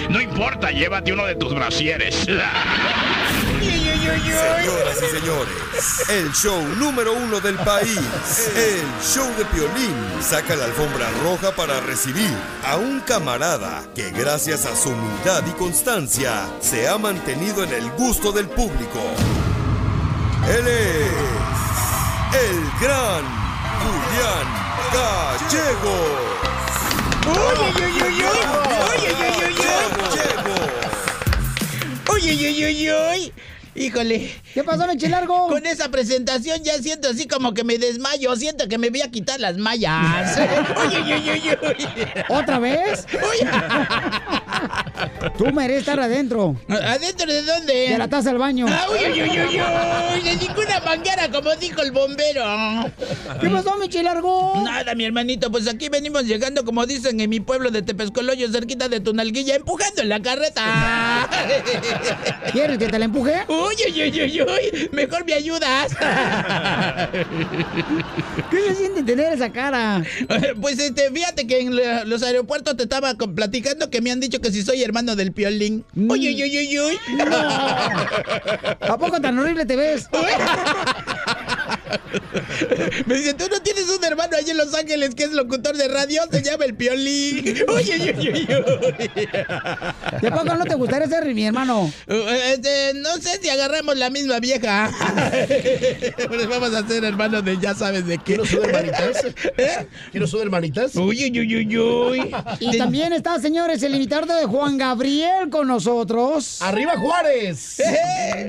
No importa, llévate uno de tus brasieres.
Señoras y señores, el show número uno del país, el show de Piolín, saca la alfombra roja para recibir a un camarada que gracias a su humildad y constancia se ha mantenido en el gusto del público. Él es el gran Julián Gallego.
Uy, uy, uy, uy, uy. Híjole.
¿Qué pasó, Largo?
Con esa presentación ya siento así como que me desmayo. Siento que me voy a quitar las mallas. Uy, uy, uy, uy, uy.
¿Otra vez? Tú mereces estar adentro.
¿Adentro de dónde?
De la taza al baño.
Ah, uy, uy, uy, uy, uy. De ninguna manguera, como dijo el bombero.
¿Qué pasó, Michi Largo?
Nada, mi hermanito, pues aquí venimos llegando, como dicen en mi pueblo de Tepescoloyo, cerquita de Tunalguilla, empujando la carreta.
¿Quieres que te la empuje?
Uy, uy, uy, uy, uy. Mejor me ayudas.
¿Qué se siente tener esa cara?
Pues este, fíjate que en la- los aeropuertos te estaba con- platicando que me han dicho que si soy hermano del piolín.
Mm.
Uy, uy, uy, uy, uy.
¿A poco tan horrible te ves?
Me dice, tú no tienes un hermano allí en Los Ángeles que es locutor de radio, se llama el Piolín. Oye, oye, oye, oye.
¿De poco no te gustaría ser mi hermano?
Este, no sé si agarramos la misma vieja. Pues vamos a ser hermanos de ya sabes de qué. ¿Eh?
¿Quiero su hermanitas? ¿Quiero su hermanitas?
Uy, uy, uy, uy, uy.
Y también está, señores, el invitado de Juan Gabriel con nosotros. Eh,
¡Arriba Juárez!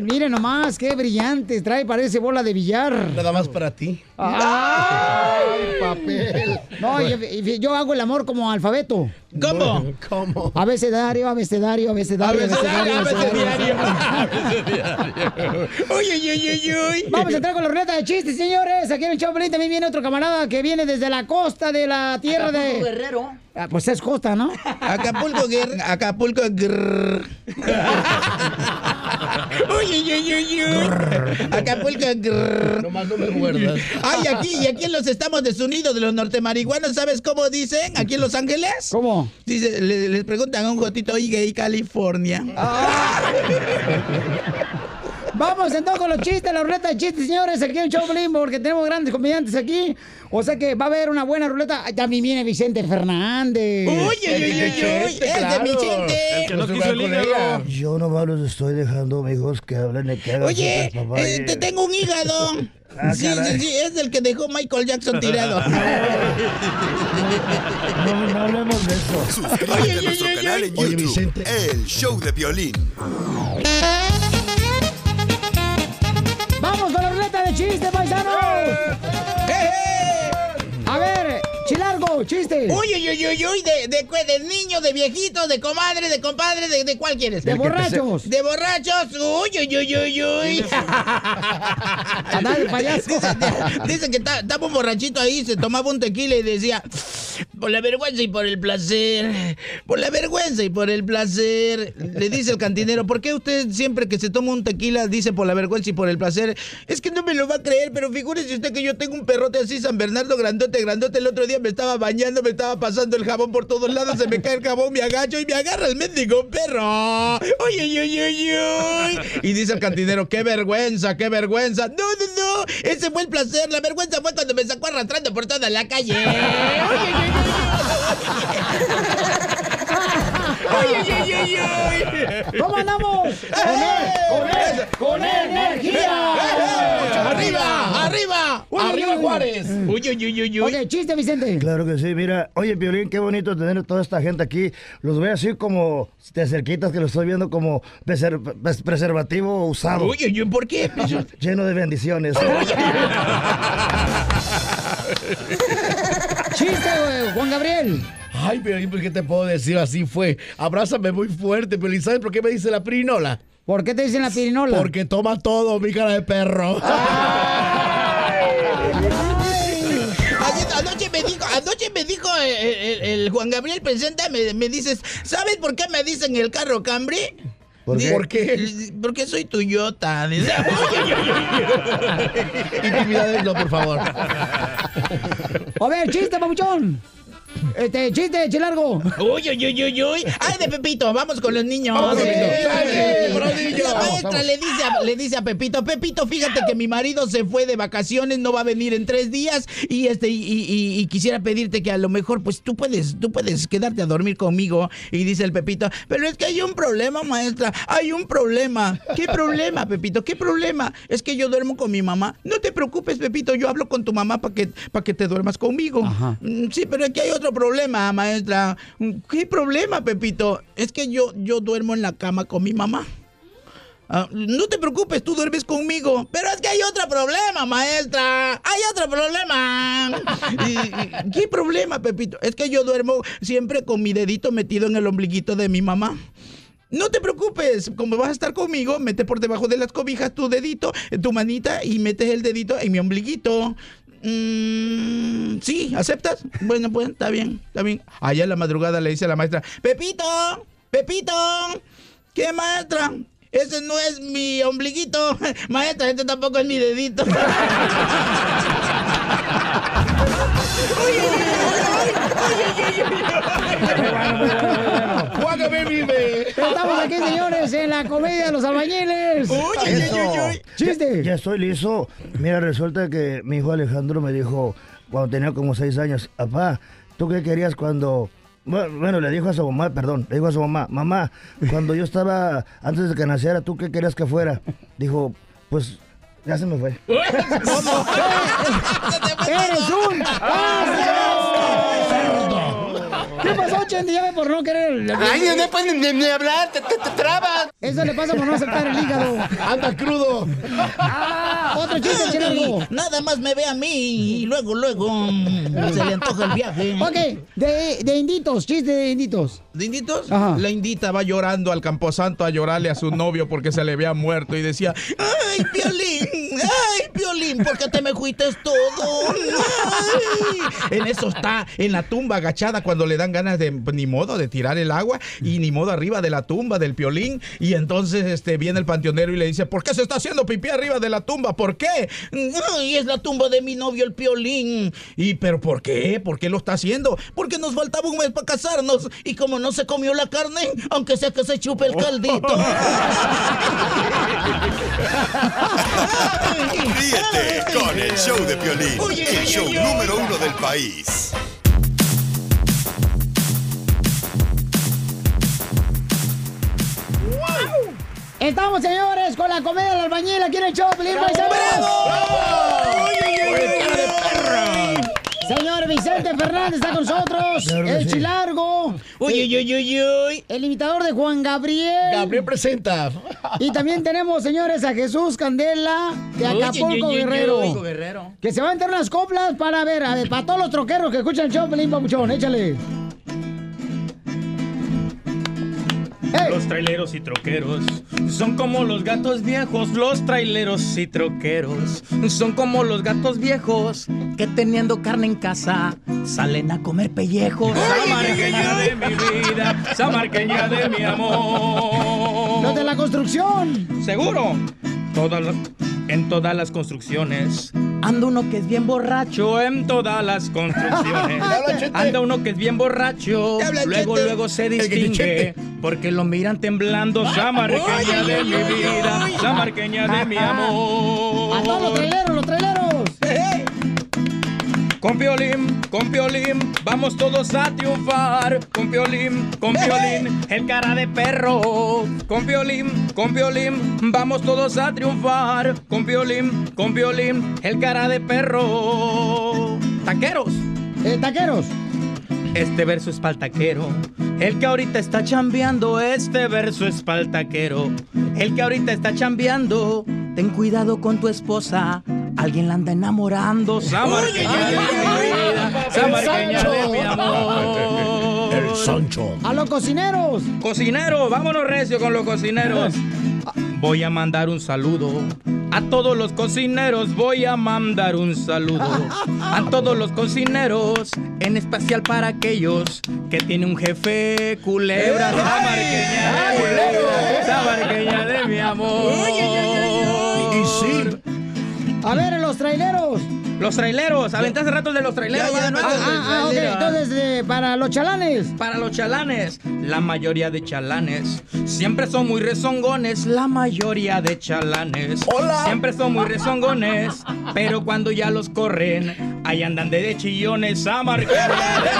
Miren nomás, qué brillante. Trae, parece bola de billar.
Nada más para ti.
¡Ay, papel! No, yo, yo hago el amor como alfabeto.
¿Cómo?
¿Cómo?
Abecedario, abecedario, abecedario,
Abecedario,
abecedario.
abecedario. Abecedario. Uy, uy, uy, uy, uy.
Vamos a entrar con la ruleta de chistes, señores. Aquí en el Choplin también viene otro camarada que viene desde la costa de la tierra de...
Acapulco Guerrero.
Ah, pues es costa, ¿no?
Acapulco Guerrero. Acapulco Guerrero. Uy, uy, uy, uy, uy. Acapulco Guerrero.
Nomás no me muerdas.
Ay, aquí, y aquí en los Estados Unidos, de los nortemarihuanos, ¿sabes cómo dicen? Aquí en Los Ángeles.
¿Cómo?
Dice, le- les preguntan a un gotito, oiga, y California.
Ah,
Vamos entonces con los chistes, la ruleta de chistes, señores, aquí en el Choplin, porque tenemos grandes comediantes aquí. O sea que va a haber una buena ruleta. Ay, También viene Vicente Fernández.
Uy, uy, uy, uy, uy. Es de mi gente.
no
Pues,
Pues
quiso el hígado.
Yo nomás los estoy dejando, amigos, que hablen de que hagan
Oye,
su papá.
eh, te tengo un hígado.
Ah,
Sí, sí,
caray.
sí, es del que dejó Michael Jackson tirado.
No, no hablemos de eso.
Suscríbete a nuestro canal en
Oye,
YouTube.
Vicente.
El Show de Violín.
Vamos con la ruleta de chistes, paisanos.
¡Eh!
A ver, chilargo, chiste.
Uy, uy, uy, uy, uy, de, de, cu- de niños, de viejitos, de comadre, de compadre, de, de cuál quieres.
De Del que te se- borrachos.
De borrachos. Uy, uy, uy, uy, uy.
Andá de payaso.
Dicen, dicen que ta- estaba un borrachito ahí, se tomaba un tequila y decía, por la vergüenza y por el placer, por la vergüenza y por el placer. Le dice el cantinero, ¿por qué usted siempre que se toma un tequila dice por la vergüenza y por el placer? Es que no me lo va a creer, pero figúrese usted que yo tengo un perrote así, San Bernardo, grandote, grandote. El otro día me estaba bañando, me estaba pasando el jabón por todos lados, se me cae el jabón, me agacho y me agarra el mendigo perro. Oye, oye, oye, oye. Y dice el cantinero, qué vergüenza, qué vergüenza. No, no, no, ese fue el placer. La vergüenza fue cuando me sacó arrastrando por toda la calle. Oye, oye, oye. ¡Ay, ay, ay, ay, ay!
¿Cómo andamos?
con él,
con energía.
¡Arriba! ¡Arriba!
Uy, uy,
¡Arriba
uy.
Juárez!
¡Uy, uy, uy, uy, uy!
Ok, chiste, Vicente.
Claro que sí, mira. Oye, Piolín, qué bonito tener toda esta gente aquí. Los veo así como de cerquitas, que los estoy viendo como preser- pres- preservativo usado.
¡Uy, uy, uy! ¿Por qué?
Lleno de bendiciones.
Chiste, güey, Juan Gabriel.
Ay, Piolín, pues, ¿qué te puedo decir? Así fue. Abrázame muy fuerte, Piolín. ¿Sabes por qué me dice la pirinola?
¿Por qué te dicen la pirinola?
Porque toma todo, mi cara de perro.
Ayer- Anoche me dijo, anoche me dijo eh, el, el Juan Gabriel Presenta, me, me dices, ¿sabes por qué me dicen el carro Cambre?
¿Por qué?
¿Por qué?
Dice, Porque soy Toyota. Dice, "Uy, uy, uy, uy".
Intimidades no, por favor.
A ver, chiste, papuchón. Este, chiste, chilargo.
Uy, uy, uy, uy, uy. Ay, de Pepito, vamos con los niños.
Vamos,
Sí.
Pepito. Dale, prodigio.
La
Vamos,
maestra
vamos.
le dice, a, le dice a Pepito, Pepito, fíjate que mi marido se fue de vacaciones, no va a venir en tres días y este y, y- y- y quisiera pedirte que a lo mejor, pues tú puedes, tú puedes quedarte a dormir conmigo. Y dice el Pepito, pero es que hay un problema, maestra, hay un problema. ¿Qué problema, Pepito? ¿Qué problema? Es que yo duermo con mi mamá. No te preocupes, Pepito, yo hablo con tu mamá para que, para que te duermas conmigo. Mm, Sí, pero aquí hay otro problema, maestra. Mm, ¿Qué problema, Pepito? Es que yo, yo duermo en la cama con mi mamá. Ah, no te preocupes, tú duermes conmigo. Pero es que hay otro problema, maestra. Hay otro problema. Y- y- ¿Qué problema, Pepito? Es que yo duermo siempre con mi dedito metido en el ombliguito de mi mamá. No te preocupes, como vas a estar conmigo, mete por debajo de las cobijas tu dedito, eh, tu manita y metes el dedito en mi ombliguito. Mm, sí, ¿aceptas? Bueno, pues está bien, está bien. Allá en la madrugada le dice a la maestra, Pepito, Pepito, ¿qué maestra? Ese no es mi ombliguito. Maestra, este tampoco es mi dedito. Uy, uy, uy, uy, uy, uy, uy, uy, uy.
Juan
Válgame mi be.
Estamos aquí, señores, en la comedia de los albañiles.
Eso. Ya, ya estoy listo. Mira, resulta que mi hijo Alejandro me dijo cuando tenía como seis años, papá, ¿tú qué querías cuando... Bueno, bueno, le dijo a su mamá, perdón, le dijo a su mamá, mamá, cuando yo estaba, antes de que naciera, ¿tú qué querías que fuera? Dijo, pues, ya se me fue.
¡Eres un ¿Qué pasó, Chendi? Ya ve por no querer...
Ay, no
pues.
puedes ni, ni hablar, Ah, te, te- te trabas.
Eso le pasa por no aceptar el hígado.
Anda crudo.
Ah.
Otro chiste, Chelango.
Nada más me ve a mí y luego, luego mm, se le antoja el viaje.
Ok, de, de inditos, chiste de inditos.
¿Dinditos? La indita va llorando al camposanto a llorarle a su novio porque se le había muerto y decía, ¡Ay, Piolín! ¡Ay, Piolín! ¿Por qué te me fuiste todo? ¡Ay! En eso está, en la tumba agachada cuando le dan ganas de, pues, ni modo, de tirar el agua y ni modo arriba de la tumba del Piolín. Y entonces este, viene el panteonero y le dice, ¿por qué se está haciendo pipí arriba de la tumba? ¿Por qué? ¡Ay, es la tumba de mi novio, el Piolín! Y, ¿pero por qué? ¿Por qué lo está haciendo? Porque nos faltaba un mes para casarnos y como no se comió la carne, aunque sea que se chupe el caldito.
Ríete con el show de Piolín,
Oye,
el
oye,
show
oye.
número uno del país.
Estamos, señores, con la comedia del albañil aquí en el show, Pelín Paisanos. Señor Vicente Fernández está con nosotros,
Claro que
el
sí.
chilargo.
Uy,
el- El imitador de Juan Gabriel.
Gabriel presenta.
Y también tenemos, señores, a Jesús Candela de
Uy,
Acapulco
uy, uy, uy,
Guerrero.
Acapulco Guerrero.
Que se va a entrar unas coplas para ver, a ver, para todos los troqueros que escuchan el show, Pelín Papuchón, échale.
Los traileros y troqueros son como los gatos viejos. Los traileros y troqueros son como los gatos viejos que teniendo carne en casa salen a comer pellejos. Samarqueña de mi vida, samarqueña de mi amor.
Los de la construcción.
Seguro. Todas las- en todas las construcciones. Anda uno que es bien borracho en todas las construcciones. Anda uno que es bien borracho. Luego, luego se distingue. Porque lo miran temblando. Samarqueña de mi vida. Samarqueña de
Ah,
mi amor.
A todos ah. los traileros, los traileros.
Con Piolín, con Piolín, vamos todos a triunfar. Con Piolín, con Piolín, el cara de perro. Con Piolín, con Piolín, vamos todos a triunfar. Con Piolín, con Piolín, el cara de perro. Taqueros.
taqueros.
Este verso es pa'l taquero. El que ahorita está chambeando, este verso es pa'l taquero. El que ahorita está chambeando, ten cuidado con tu esposa. Alguien la anda enamorando. Samarqueña de mi vida, samarqueña de mi amor.
El Sancho.
A los cocineros.
Cocineros, vámonos recio con los cocineros. Voy a mandar un saludo. A todos los cocineros voy a mandar un saludo. A todos los cocineros, en especial para aquellos que tiene un jefe culebra. Sabarqueña de culebra, sabarqueña de mi amor. Y sí.
A ver, los traileros.
Los traileros, aventé hace rato de los traileros.
Ah,
¿verdad?
ah, ah, ok, entonces, eh, para los chalanes.
Para los chalanes, la mayoría de chalanes siempre son muy rezongones. La mayoría de chalanes
Hola.
siempre son muy rezongones. Pero cuando ya los corren, ahí andan de chillones. Samarqueña de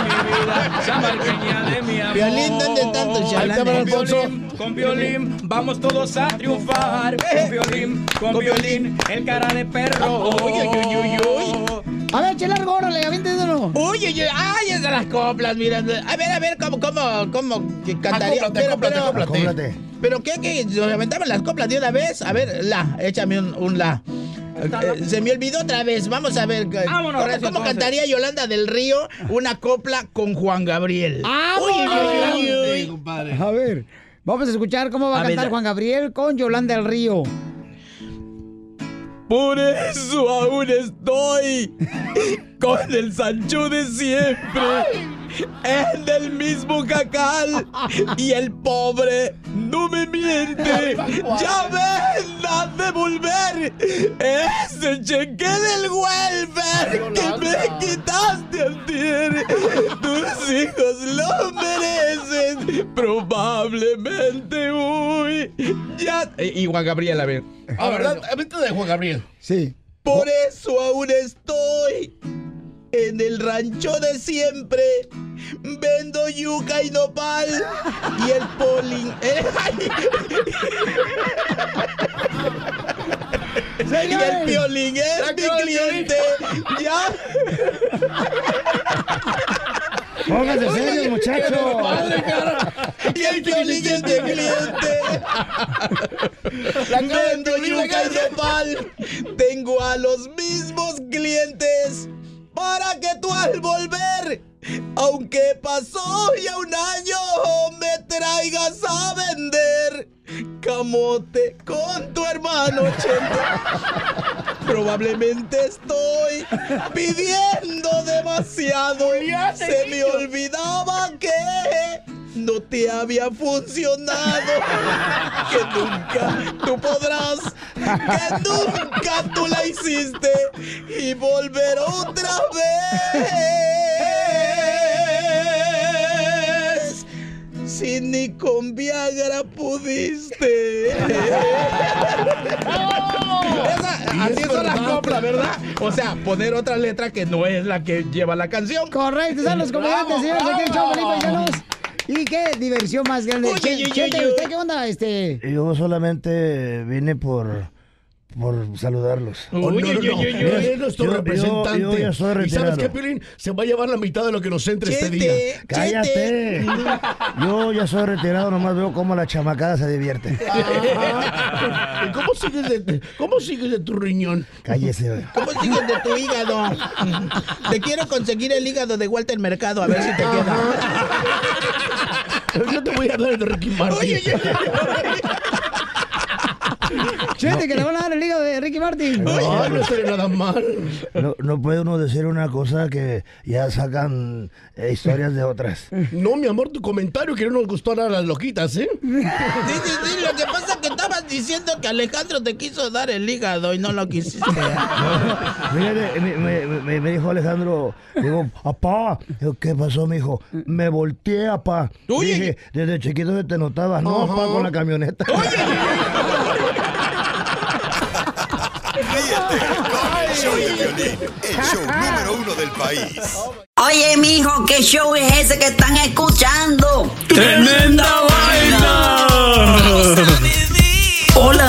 mi vida, samarqueña de mi amor.
Violín, ¿dónde están tus chalanes?
Con violín, Con violín, vamos todos a triunfar.
Eh.
Con violín, con violín, el cara de perro.
A ver, chelargo, órale, aviénteselo.
Oye, oye, ay, es de las coplas, mira. A ver, a ver, ¿cómo, cómo, cómo que
Ah,
cantaría?
Acóplate,
Pero,
acóplate,
pero-
acóplate.
¿Pero qué? ¿Qué? ¿Nos aventamos las coplas de una vez? A ver, la, échame un, un la. Eh, se me olvidó otra vez, vamos a ver. eh,
Vámonos,
¿Cómo,
Recio,
cómo
entonces.
cantaría Yolanda del Río una copla con Juan Gabriel?
A ver, vamos a escuchar cómo va a,
A ver,
cantar
la-
Juan Gabriel con Yolanda del Río.
Por eso aún estoy con el Sancho de siempre. En el mismo cacal y el pobre no me miente. Ya ven a devolver ese cheque del welfare que me quitaste antier. Tus hijos lo merecen
Probablemente, uy. Ya. Y y Juan Gabriel, a ver.
Ah, ¿verdad? Vete de Juan Gabriel.
Sí.
Por eso aún estoy en el rancho de siempre. Vendo yuca y nopal y el polín. Y el
Señores.
violín
Se
es mi
acabó el
cliente. Ya.
Pónganse serios, muchachos.
Y el violín es mi cliente. Vendo yuca y nopal. Tengo a los mismos clientes para que tú al volver. Aunque pasó ya un año, me traigas a vender camote con tu hermano 80. Probablemente estoy pidiendo demasiado. Se me olvidaba que no te había funcionado. Que nunca tú podrás. Que nunca tú la hiciste. Y volver otra vez. Si ni con Viagra pudiste. Esa-
Y
así
es
son las
verdad.
coplas, ¿verdad? O sea, poner otra letra que no es la que lleva la canción.
Correcto, son los comediantes, señores, aquí en Chau, Felipe, paisanos. Y qué diversión más grande. Uy, uy, Che- uy, Chente, uy. ¿usted qué onda? Este.
Yo solamente vine por, por saludarlos. Oh,
Uy, uy, uy, uy,
Mira,
uy, es nuestro
yo- yo-
representante.
Yo, ya soy
y sabes
retirado.
que Piolín se va a llevar la mitad de lo que nos entre este
Chete,
día. Mm.
¡Cállate! Yo ya soy retirado, nomás veo cómo la chamacada se divierte.
¿Y ¿Cómo sigues, de, ¿Cómo sigues de tu riñón?
Cállese.
¿Cómo sigues de tu hígado? Te quiero conseguir el hígado de Walter Mercado, a ver si te queda.
Yo te voy a hablar de Ricky Martin.
Chente, que le van a dar el hígado de Ricky Martin.
No, no estaría nada mal.
No, no puede uno decir una cosa que ya sacan eh, historias de otras.
No, mi amor, tu comentario que no nos gustó a las loquitas, ¿eh?
Sí, sí, sí, lo que pasa es que estabas diciendo que Alejandro te quiso dar el hígado y no lo quisiste.
Fíjate, eh, me, me- me- me dijo Alejandro, digo, apá, Digo, ¿qué pasó, mijo? Me volteé, apá. Dije, desde chiquito se te notabas, no,
Ajá.
apá, con la camioneta.
El show de violín, el show número uno del país.
Oye, mijo, ¿qué show es ese que están escuchando?
¡Tremenda vaina!
Hola